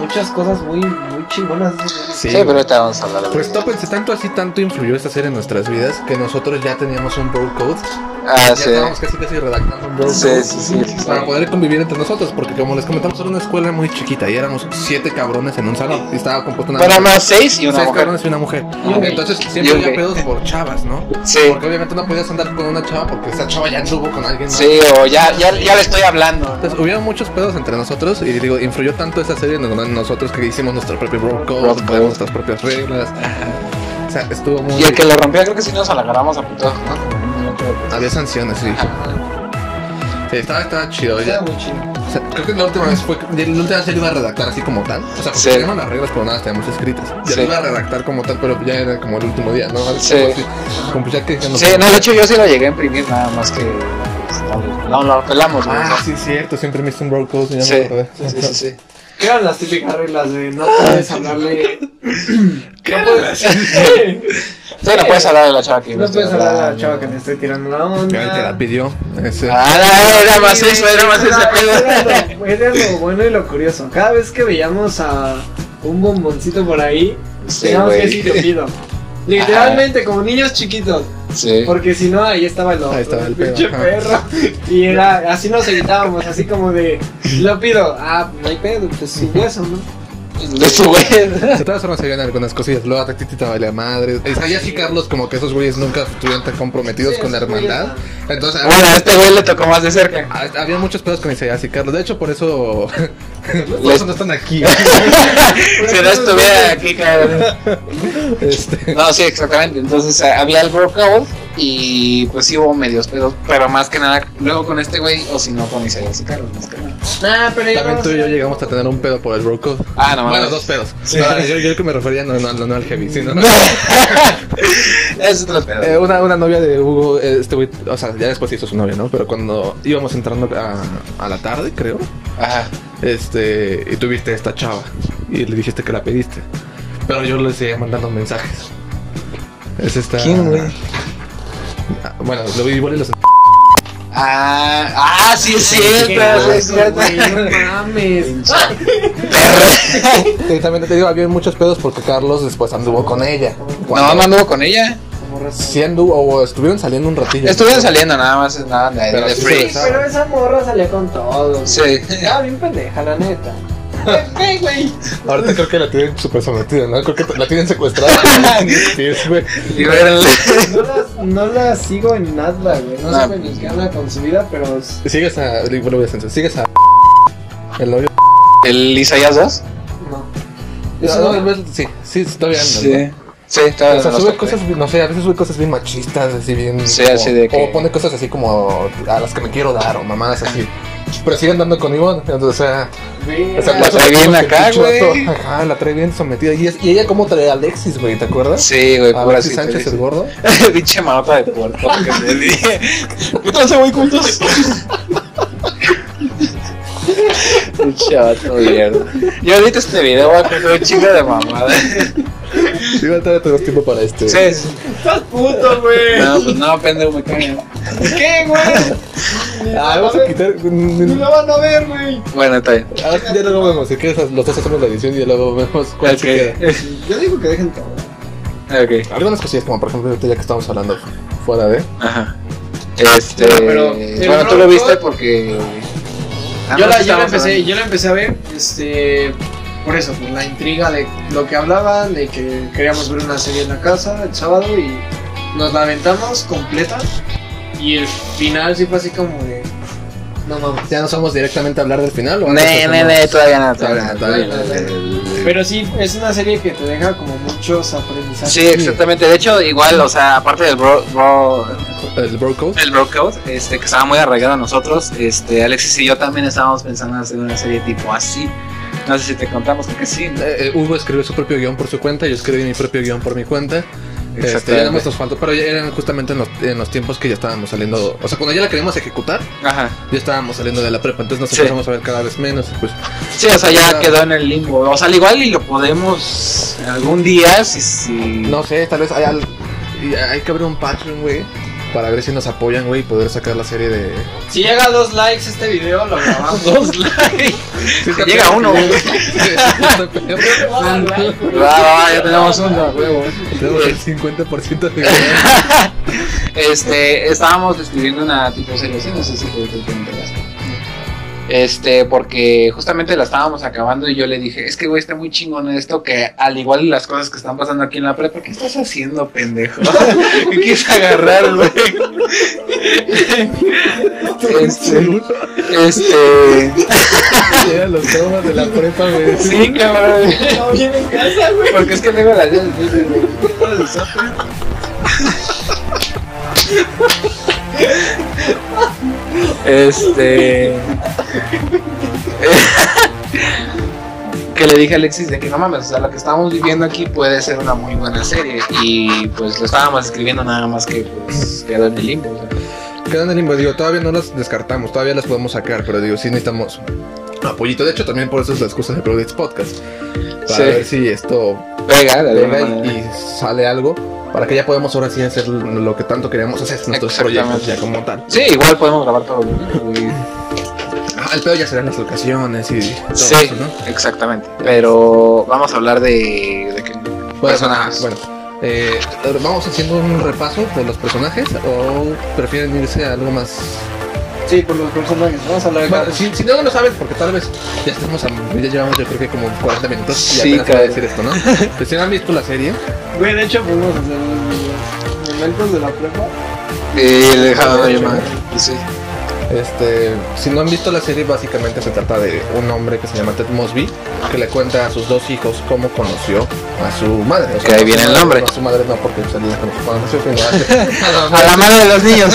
Speaker 5: muchas cosas muy muy chingonas.
Speaker 6: Sí, pero ahorita vamos a hablar de
Speaker 1: Pues tópense, tanto así, tanto influyó esta serie en nuestras vidas que nosotros ya teníamos un bro code.
Speaker 6: Ah,
Speaker 1: ya
Speaker 6: sí.
Speaker 1: estábamos casi casi redactando un bro
Speaker 6: Sí,
Speaker 1: code
Speaker 6: sí, sí, sí, sí.
Speaker 1: para poder convivir entre nosotros, porque como les comentamos, era una escuela muy chiquita y éramos siete cabrones en un salón. Y estaba compuesta una.
Speaker 6: Para más seis y una
Speaker 1: seis
Speaker 6: mujer.
Speaker 1: cabrones y una mujer.
Speaker 5: Y un gay.
Speaker 1: Entonces
Speaker 6: Y
Speaker 1: siempre
Speaker 6: un
Speaker 1: había
Speaker 6: gay.
Speaker 1: pedos por chavas, ¿no?
Speaker 6: Sí.
Speaker 1: Porque obviamente no podías andar con una chava porque esa chava ya anduvo con alguien. más.
Speaker 6: Sí, o ya, ya, ya le estoy hablando.
Speaker 1: Entonces hubieron muchos pedos entre nosotros y digo, influyó tanto esa serie en en nosotros que hicimos nuestro propio bro
Speaker 6: Bro
Speaker 1: code,
Speaker 6: code.
Speaker 1: ponemos nuestras propias reglas. O sea, estuvo muy...
Speaker 6: Y el que lo rompió, creo que sí nos agarramos a putos, ¿no? Como en un momento de putos.
Speaker 1: Había sanciones, sí. Sí, estaba, estaba chido. ya.
Speaker 5: muy chido.
Speaker 1: O sea, creo que la última vez fue. La última vez ya lo iba a redactar así como tal. O sea, porque
Speaker 6: Sí.
Speaker 1: teníamos las reglas, pero nada, las teníamos escritas. Ya
Speaker 6: Sí.
Speaker 1: lo iba a redactar como tal, pero ya era como el último día, ¿no? Algo
Speaker 6: Sí.
Speaker 1: así. Como pues, ya que ya
Speaker 6: Sí, no, de hecho yo sí lo llegué a imprimir, nada más que. pues, No, no, lo pelamos, güey.
Speaker 1: Ah, sí, cierto, siempre me hice un roll call, ya
Speaker 6: Sí,
Speaker 1: me acordé.
Speaker 6: sí, sí, sí.
Speaker 5: ¿Qué eran las típicas reglas de no puedes hablarle? no puedes,
Speaker 6: Sí, no puedes hablar de la chava que
Speaker 5: no puedes hablar a la chava que me esté tirando la
Speaker 1: Ya él te
Speaker 5: onda.
Speaker 1: la pidió. eh, Ese.
Speaker 6: Ah, no, era más
Speaker 5: Sí,
Speaker 6: eso, era más
Speaker 5: era-
Speaker 6: ese pedo.
Speaker 5: era lo- Era lo bueno y lo curioso. Cada vez que veíamos a un bomboncito por ahí,
Speaker 6: Sí,
Speaker 5: teníamos que
Speaker 6: güey.
Speaker 5: decir te pido. Literalmente, como niños chiquitos.
Speaker 6: Sí.
Speaker 5: Porque si no, ahí estaba el,
Speaker 1: Ahí estaba el pedo,
Speaker 5: pinche
Speaker 1: ajá.
Speaker 5: perro. Y era, así nos evitábamos, así como de, lo pido. Ah, no hay pedo, pues sin hueso, ¿no?
Speaker 6: De su güey.
Speaker 1: De todas formas se ven algunas cosillas. Luego a Titita vale a madre. Isaías y Carlos, como que esos güeyes nunca estuvieron tan comprometidos
Speaker 5: Sí,
Speaker 1: con la
Speaker 5: esos güeyes
Speaker 1: hermandad. Entonces,
Speaker 6: Bueno, a este güey le tocó más de cerca.
Speaker 1: Ah, Había muchos pedos con Isaías y Carlos. De hecho, por eso. por
Speaker 6: Les-
Speaker 1: eso no están aquí.
Speaker 6: Si no estuviera aquí, cabrón.
Speaker 1: Este,
Speaker 6: No, sí, exactamente. Entonces a- había el workout y pues sí hubo medios pedos, pero más que nada luego con este güey o si no con Isaías y Carlos, más que nada.
Speaker 5: Nah, pero ya
Speaker 1: también
Speaker 5: vamos
Speaker 1: tú y
Speaker 5: a-
Speaker 1: yo llegamos a tener un pedo por el Broco.
Speaker 6: Ah, no,
Speaker 1: bueno,
Speaker 6: mames.
Speaker 1: dos pedos.
Speaker 6: Sí.
Speaker 1: No, yo, yo que me refería no, no, no, no al heavy, sino.
Speaker 6: es otro pedo.
Speaker 1: Eh, una, una novia de Hugo, eh, este güey, o sea, ya después hizo su novia, ¿no? Pero cuando íbamos entrando a, a la tarde, creo,
Speaker 6: Ajá.
Speaker 1: este, y tuviste esta chava y le dijiste que la pediste. Pero yo le seguía mandando mensajes. Es esta.
Speaker 6: ¿Quién, güey?
Speaker 1: Ah, Bueno, lo vi igual y los.
Speaker 6: Ah, ah, sí es
Speaker 5: Ay, qué
Speaker 6: cierto, sí es
Speaker 5: oso,
Speaker 6: cierto.
Speaker 5: güey, No mames.
Speaker 1: Y también te digo, había muchos pedos porque Carlos después anduvo con ella.
Speaker 6: No, no anduvo con ella.
Speaker 1: Sí anduvo, o estuvieron saliendo un ratillo.
Speaker 6: Estuvieron saliendo nada más, nada de,
Speaker 1: Pero
Speaker 6: de
Speaker 1: sí se
Speaker 6: free.
Speaker 1: besaba.
Speaker 5: Pero esa morra salía con todo.
Speaker 6: Sí.
Speaker 5: Ah, bien pendeja, la neta. ¿Qué, güey?
Speaker 1: Ahorita creo que la tienen súper sometida, ¿no? Creo que la tienen secuestrada. sí, es, güey.
Speaker 6: Libérenle.
Speaker 5: No la, no la sigo en nada, güey. No
Speaker 6: Ah.
Speaker 5: sé ni qué anda con su vida, pero. s-
Speaker 1: Sigues a. Bueno, voy a censurar. Sigues a. El novio.
Speaker 6: ¿El Isaías 2?
Speaker 5: No.
Speaker 1: No,
Speaker 5: Eso
Speaker 1: Ah, no,
Speaker 5: no-
Speaker 1: el- sí, sí, todavía anda.
Speaker 6: Sí. Sí, estaba
Speaker 1: O sea,
Speaker 6: en los
Speaker 1: sube
Speaker 6: top,
Speaker 1: cosas,
Speaker 6: güey.
Speaker 1: no sé, a veces sube cosas bien machistas, así bien.
Speaker 6: Sí, así
Speaker 1: o-
Speaker 6: de que-
Speaker 1: O pone cosas así como a las que me quiero dar o mamadas así. Pero sigue andando con Ivonne, entonces, o sea.
Speaker 5: Ve,
Speaker 1: esa
Speaker 5: ah,
Speaker 6: la trae bien
Speaker 1: como que el
Speaker 6: acá,
Speaker 1: pinche vato,
Speaker 6: güey.
Speaker 1: Ajá, la trae bien sometida. Y, es- y ella, como trae a Alexis, güey, ¿te acuerdas?
Speaker 6: Ah, Sí, güey,
Speaker 1: A
Speaker 6: pura
Speaker 1: Alexis Sánchez el gordo.
Speaker 6: Pinche manota de puerco. que le dije. ¿Qué tal se voy juntos? Pinche vato de mierda. Yo ahorita este video voy a contar un chingo de mamada.
Speaker 1: Sí, va a tener todo tiempo para este.
Speaker 6: Sí, sí.
Speaker 5: Estás puto, güey.
Speaker 6: No, pues no, pendejo, me cae.
Speaker 5: ¿Qué, güey?
Speaker 1: Ah, vamos a quitar.
Speaker 5: Ni lo van a ver, güey.
Speaker 6: Bueno, está bien.
Speaker 1: Ah, ya luego vemos. Si quieres, los dos hacemos la edición y ya luego vemos cuál se queda.
Speaker 6: Ok.
Speaker 5: Yo digo que dejen todo.
Speaker 6: Ok.
Speaker 1: Algunas cosillas, como por ejemplo, ahorita ya que estamos hablando fuera de.
Speaker 6: Ajá. Este.
Speaker 5: Ah, Pero-
Speaker 6: bueno, tú lo viste porque. Ah,
Speaker 5: yo
Speaker 6: no,
Speaker 5: la,
Speaker 6: sí
Speaker 5: yo la
Speaker 6: estábamos
Speaker 5: empecé,
Speaker 6: hablando.
Speaker 5: yo la empecé a ver, este, por eso, por la intriga de lo que hablaban, de que queríamos ver una serie en la casa el sábado y nos la aventamos completa y el final sí fue así como de, no mames.
Speaker 1: Ya nos vamos directamente a hablar del final. ¿o Ah,
Speaker 6: Ne,
Speaker 1: antes
Speaker 6: ne,
Speaker 1: hacemos-
Speaker 6: ne, todavía no,
Speaker 1: Todavía
Speaker 6: todavía
Speaker 1: no,
Speaker 6: no.
Speaker 1: todavía
Speaker 5: Pero sí, es una serie que te deja como muchos aprendizajes.
Speaker 6: Sí, exactamente. De hecho, igual, o sea, aparte del bro, bro-
Speaker 1: El Bro Code.
Speaker 6: el Broadcast, este, que estaba muy arraigado a nosotros, este, Alexis y yo también estábamos pensando en hacer una serie tipo así. No sé si te contamos, creo que sí. ¿no?
Speaker 1: Eh, eh, Hugo escribió su propio guión por su cuenta, yo escribí mi propio guión por mi cuenta. Este, ya nada más
Speaker 6: Exactamente.
Speaker 1: nos faltó, pero ya eran justamente en los, en los tiempos que ya estábamos saliendo. O sea, cuando ya la queríamos ejecutar,
Speaker 6: Ajá.
Speaker 1: ya estábamos saliendo de la prepa, entonces nos
Speaker 6: Sí.
Speaker 1: empezamos a ver cada vez menos. y Pues,
Speaker 6: Sí, o sea, ya quedó en el limbo. O sea, al igual y lo podemos algún día, si... si...
Speaker 1: no sé, tal vez hay, al- y hay que abrir un Patreon, güey, para ver si nos apoyan, güey, y poder sacar la serie de.
Speaker 5: Si llega a dos likes este video, lo grabamos.
Speaker 6: Dos likes.
Speaker 1: está
Speaker 6: llega
Speaker 1: perro,
Speaker 6: uno,
Speaker 1: güey.
Speaker 6: güey.
Speaker 1: Sí, está perro.
Speaker 6: Va, va, va, ya tenemos uno.
Speaker 1: Tenemos el 50% de guión.
Speaker 6: Este, estábamos escribiendo una tipo serie así, no sé si te- te- te enteras. Este, porque justamente la estábamos acabando y yo le dije, es que güey, está muy chingón esto, que al igual de las cosas que están pasando aquí en la prepa, ¿qué estás haciendo, pendejo? ¿Qué quieres agarrar, güey? Este, este,
Speaker 1: Eran los traumas de la prepa, güey.
Speaker 6: sí, cabrón,
Speaker 5: No viene en casa, güey.
Speaker 6: porque es que tengo las Este. que le dije a Alexis de que no mames, o sea, lo que estamos viviendo aquí puede ser una muy buena serie. Y pues lo estábamos escribiendo nada más que pues, quedó en el limbo. o sea.
Speaker 1: Quedan en limbo, digo, todavía no las descartamos, todavía las podemos sacar, pero digo, sí necesitamos apoyito. De hecho, también por eso es la excusa de Project Podcast. Para
Speaker 6: Sí. ¿eh?
Speaker 1: ver si esto
Speaker 6: Pega, de alguna
Speaker 1: pega y,
Speaker 6: manera.
Speaker 1: y sale algo, para que ya podamos ahora sí hacer lo que tanto queríamos hacer, nuestros
Speaker 6: Exactamente.
Speaker 1: proyectos ya como tal.
Speaker 6: Sí, igual podemos grabar todo. güey.
Speaker 1: Ah, el pedo ya serán las locaciones y todo
Speaker 6: Sí,
Speaker 1: eso, ¿no?
Speaker 6: exactamente. Pero vamos a hablar de, de que-
Speaker 1: Bueno,
Speaker 6: personajes.
Speaker 1: Bueno, eh, vamos haciendo un repaso de los personajes o prefieren irse a algo más
Speaker 5: Sí, por los personajes. Vamos a hablar de
Speaker 1: Bueno,
Speaker 5: cada-
Speaker 6: pues.
Speaker 1: si, si no, no lo sabes, porque tal vez ya estamos a- ya llevamos yo creo que como 40 minutos y
Speaker 6: Sí,
Speaker 1: apenas voy a
Speaker 6: cabrón.
Speaker 1: decir esto, ¿no? Pues si no han visto la serie,
Speaker 5: Güey, de hecho, podemos hacer unos momentos de la prepa.
Speaker 6: Y le dejaba de llamar. Sí.
Speaker 1: Este, si no han visto la serie, básicamente se trata de un hombre que se llama Ted Mosby, que le cuenta a sus dos hijos cómo conoció a su madre. O
Speaker 6: Que
Speaker 1: no a
Speaker 6: ahí
Speaker 1: su
Speaker 6: viene el
Speaker 1: madre,
Speaker 6: nombre.
Speaker 1: no A su madre no, porque salía con su padre, sino a-
Speaker 6: A la madre de los niños.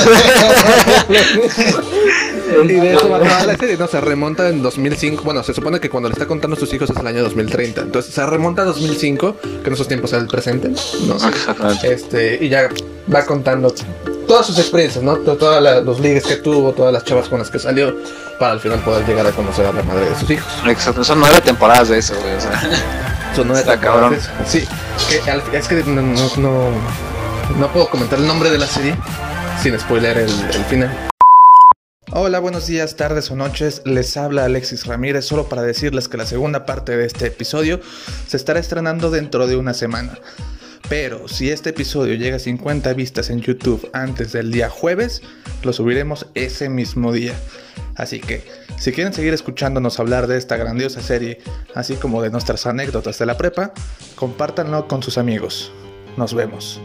Speaker 1: Y de eso va toda la serie, ¿no? Se remonta en 2005. Bueno, se supone que cuando le está contando a sus hijos es el año 2030. Entonces se remonta a 2005, que en esos tiempos era el presente. No sé. Este, y ya va contando todas sus experiencias, ¿no? To- Todos la- los ligues que tuvo, todas las chavas con las que salió, para al final poder llegar a conocer a la madre de sus hijos.
Speaker 6: Exacto, son nueve temporadas de eso, güey. O sea,
Speaker 1: Son nueve
Speaker 6: Está
Speaker 1: temporadas. Sí, que al- es que no, no, no, no puedo comentar el nombre de la serie sin spoiler el, el final. Hola, buenos días, tardes o noches. Les habla Alexis Ramírez solo para decirles que la segunda parte de este episodio se estará estrenando dentro de una semana. Pero si este episodio llega a 50 vistas en YouTube antes del día jueves, lo subiremos ese mismo día. Así que, si quieren seguir escuchándonos hablar de esta grandiosa serie, así como de nuestras anécdotas de la prepa, compártanlo con sus amigos. Nos vemos.